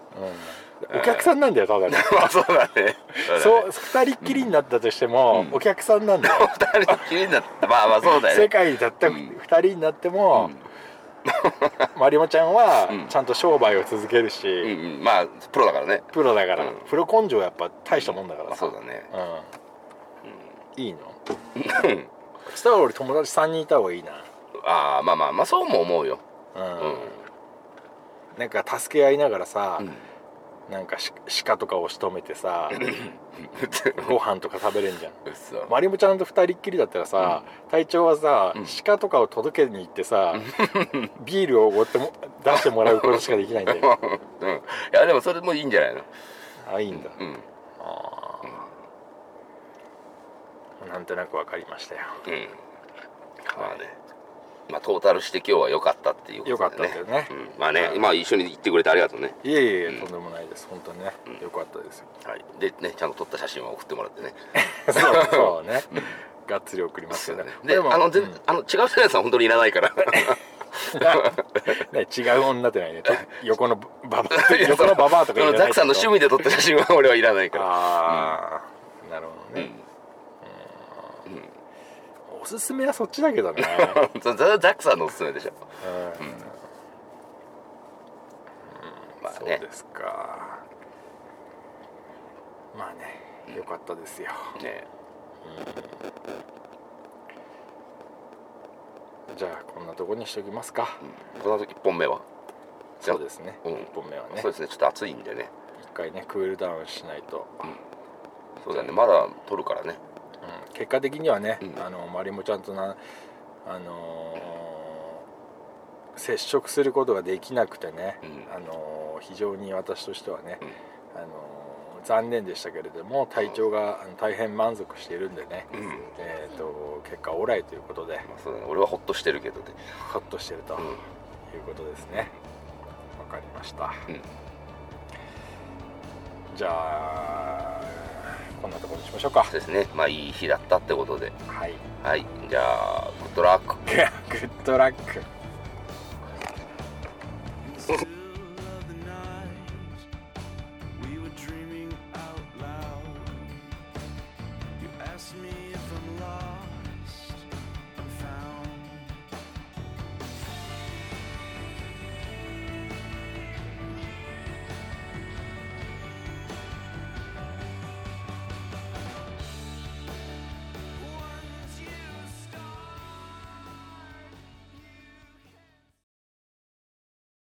Speaker 5: お客さんなんだよただの
Speaker 4: まあ そうだね
Speaker 5: そう2人っきりになったとしても、
Speaker 4: うん
Speaker 5: お客さんなんだよ
Speaker 4: 2人きりになったまあまあそうだよ
Speaker 5: 世
Speaker 4: ね
Speaker 5: 界だった
Speaker 4: うん
Speaker 5: 2人になっても、 まりもちゃんは
Speaker 4: うん
Speaker 5: ちゃんと商売を続けるし、
Speaker 4: うんうんまあプロだからね
Speaker 5: プロだから、
Speaker 4: うん
Speaker 5: プロ根性はやっぱ大したもんだから
Speaker 4: まあ
Speaker 5: さ、
Speaker 4: そうだね
Speaker 5: うんいいのそしたら俺友達3人いた方がいいな
Speaker 4: ああまあまあまあそうも思うよ
Speaker 5: うん
Speaker 4: うん、
Speaker 5: なんか助け合いながらさ、
Speaker 4: うん
Speaker 5: なんかし鹿とかを仕留めてさご飯とか食べれんじゃん
Speaker 4: うっそ
Speaker 5: マリモちゃんと二人っきりだったらさ、隊長はさ、鹿とかを届けに行ってさ、ビールをおごっても出してもらうことしかできないんだよ
Speaker 4: うんいやでもそれもいいんじゃないの
Speaker 5: あいいんだ、
Speaker 4: うん
Speaker 5: なんとなくわかりましたよ
Speaker 4: うんまあねまあ、トータルして今日は良かったっていうことでね
Speaker 5: 良かったんだよ
Speaker 4: うん、まあね、まあ、一緒に行ってくれてありがとうね、
Speaker 5: いえいえ、とんでもないです本当にね、よかったですよ
Speaker 4: はい、でねちゃんと撮った写真は送ってもらってね
Speaker 5: そうそう ね、がっつり送りますよね
Speaker 4: で
Speaker 5: も
Speaker 4: あの,、全
Speaker 5: うん
Speaker 4: あの違う人のやつは本当にいらないから
Speaker 5: ね、違う女になってない ね横のババア横のババア とかいら
Speaker 4: その
Speaker 5: ない
Speaker 4: ザクさんの趣味で撮った写真は俺はいらないから
Speaker 5: ああ、なるほどね、うんおすすめはそっちだけどね、
Speaker 4: そのザザクさんのおすすめでしょ
Speaker 5: うん
Speaker 4: まあ
Speaker 5: そう
Speaker 4: ね
Speaker 5: ですかまあねよかったですよ、
Speaker 4: ね
Speaker 5: じゃあこんなとこにしときますか、
Speaker 4: この1本目はじゃあ
Speaker 5: そうですね、
Speaker 4: うん
Speaker 5: 1本目はね
Speaker 4: そうですねちょっと暑いんでね
Speaker 5: 一回ねクールダウンしないと、
Speaker 4: そうだねまだ撮るからね
Speaker 5: うん結果的にはね、
Speaker 4: うん
Speaker 5: あのマリもちゃんとなあのー接触することができなくてね、
Speaker 4: うん
Speaker 5: あのー非常に私としてはね、
Speaker 4: うん
Speaker 5: あのー残念でしたけれども体調があの大変満足しているんでね、
Speaker 4: うん
Speaker 5: えー、と結果オーライということで
Speaker 4: まあそうだね俺はホッとしてるけどね
Speaker 5: カットしてると
Speaker 4: うん
Speaker 5: いうことですねわかりました、
Speaker 4: うん
Speaker 5: じゃあこんなところにしましょうか
Speaker 4: そうですねまあいい日だったってことで
Speaker 5: はい
Speaker 4: はいじゃあグッドラック
Speaker 5: グッドラック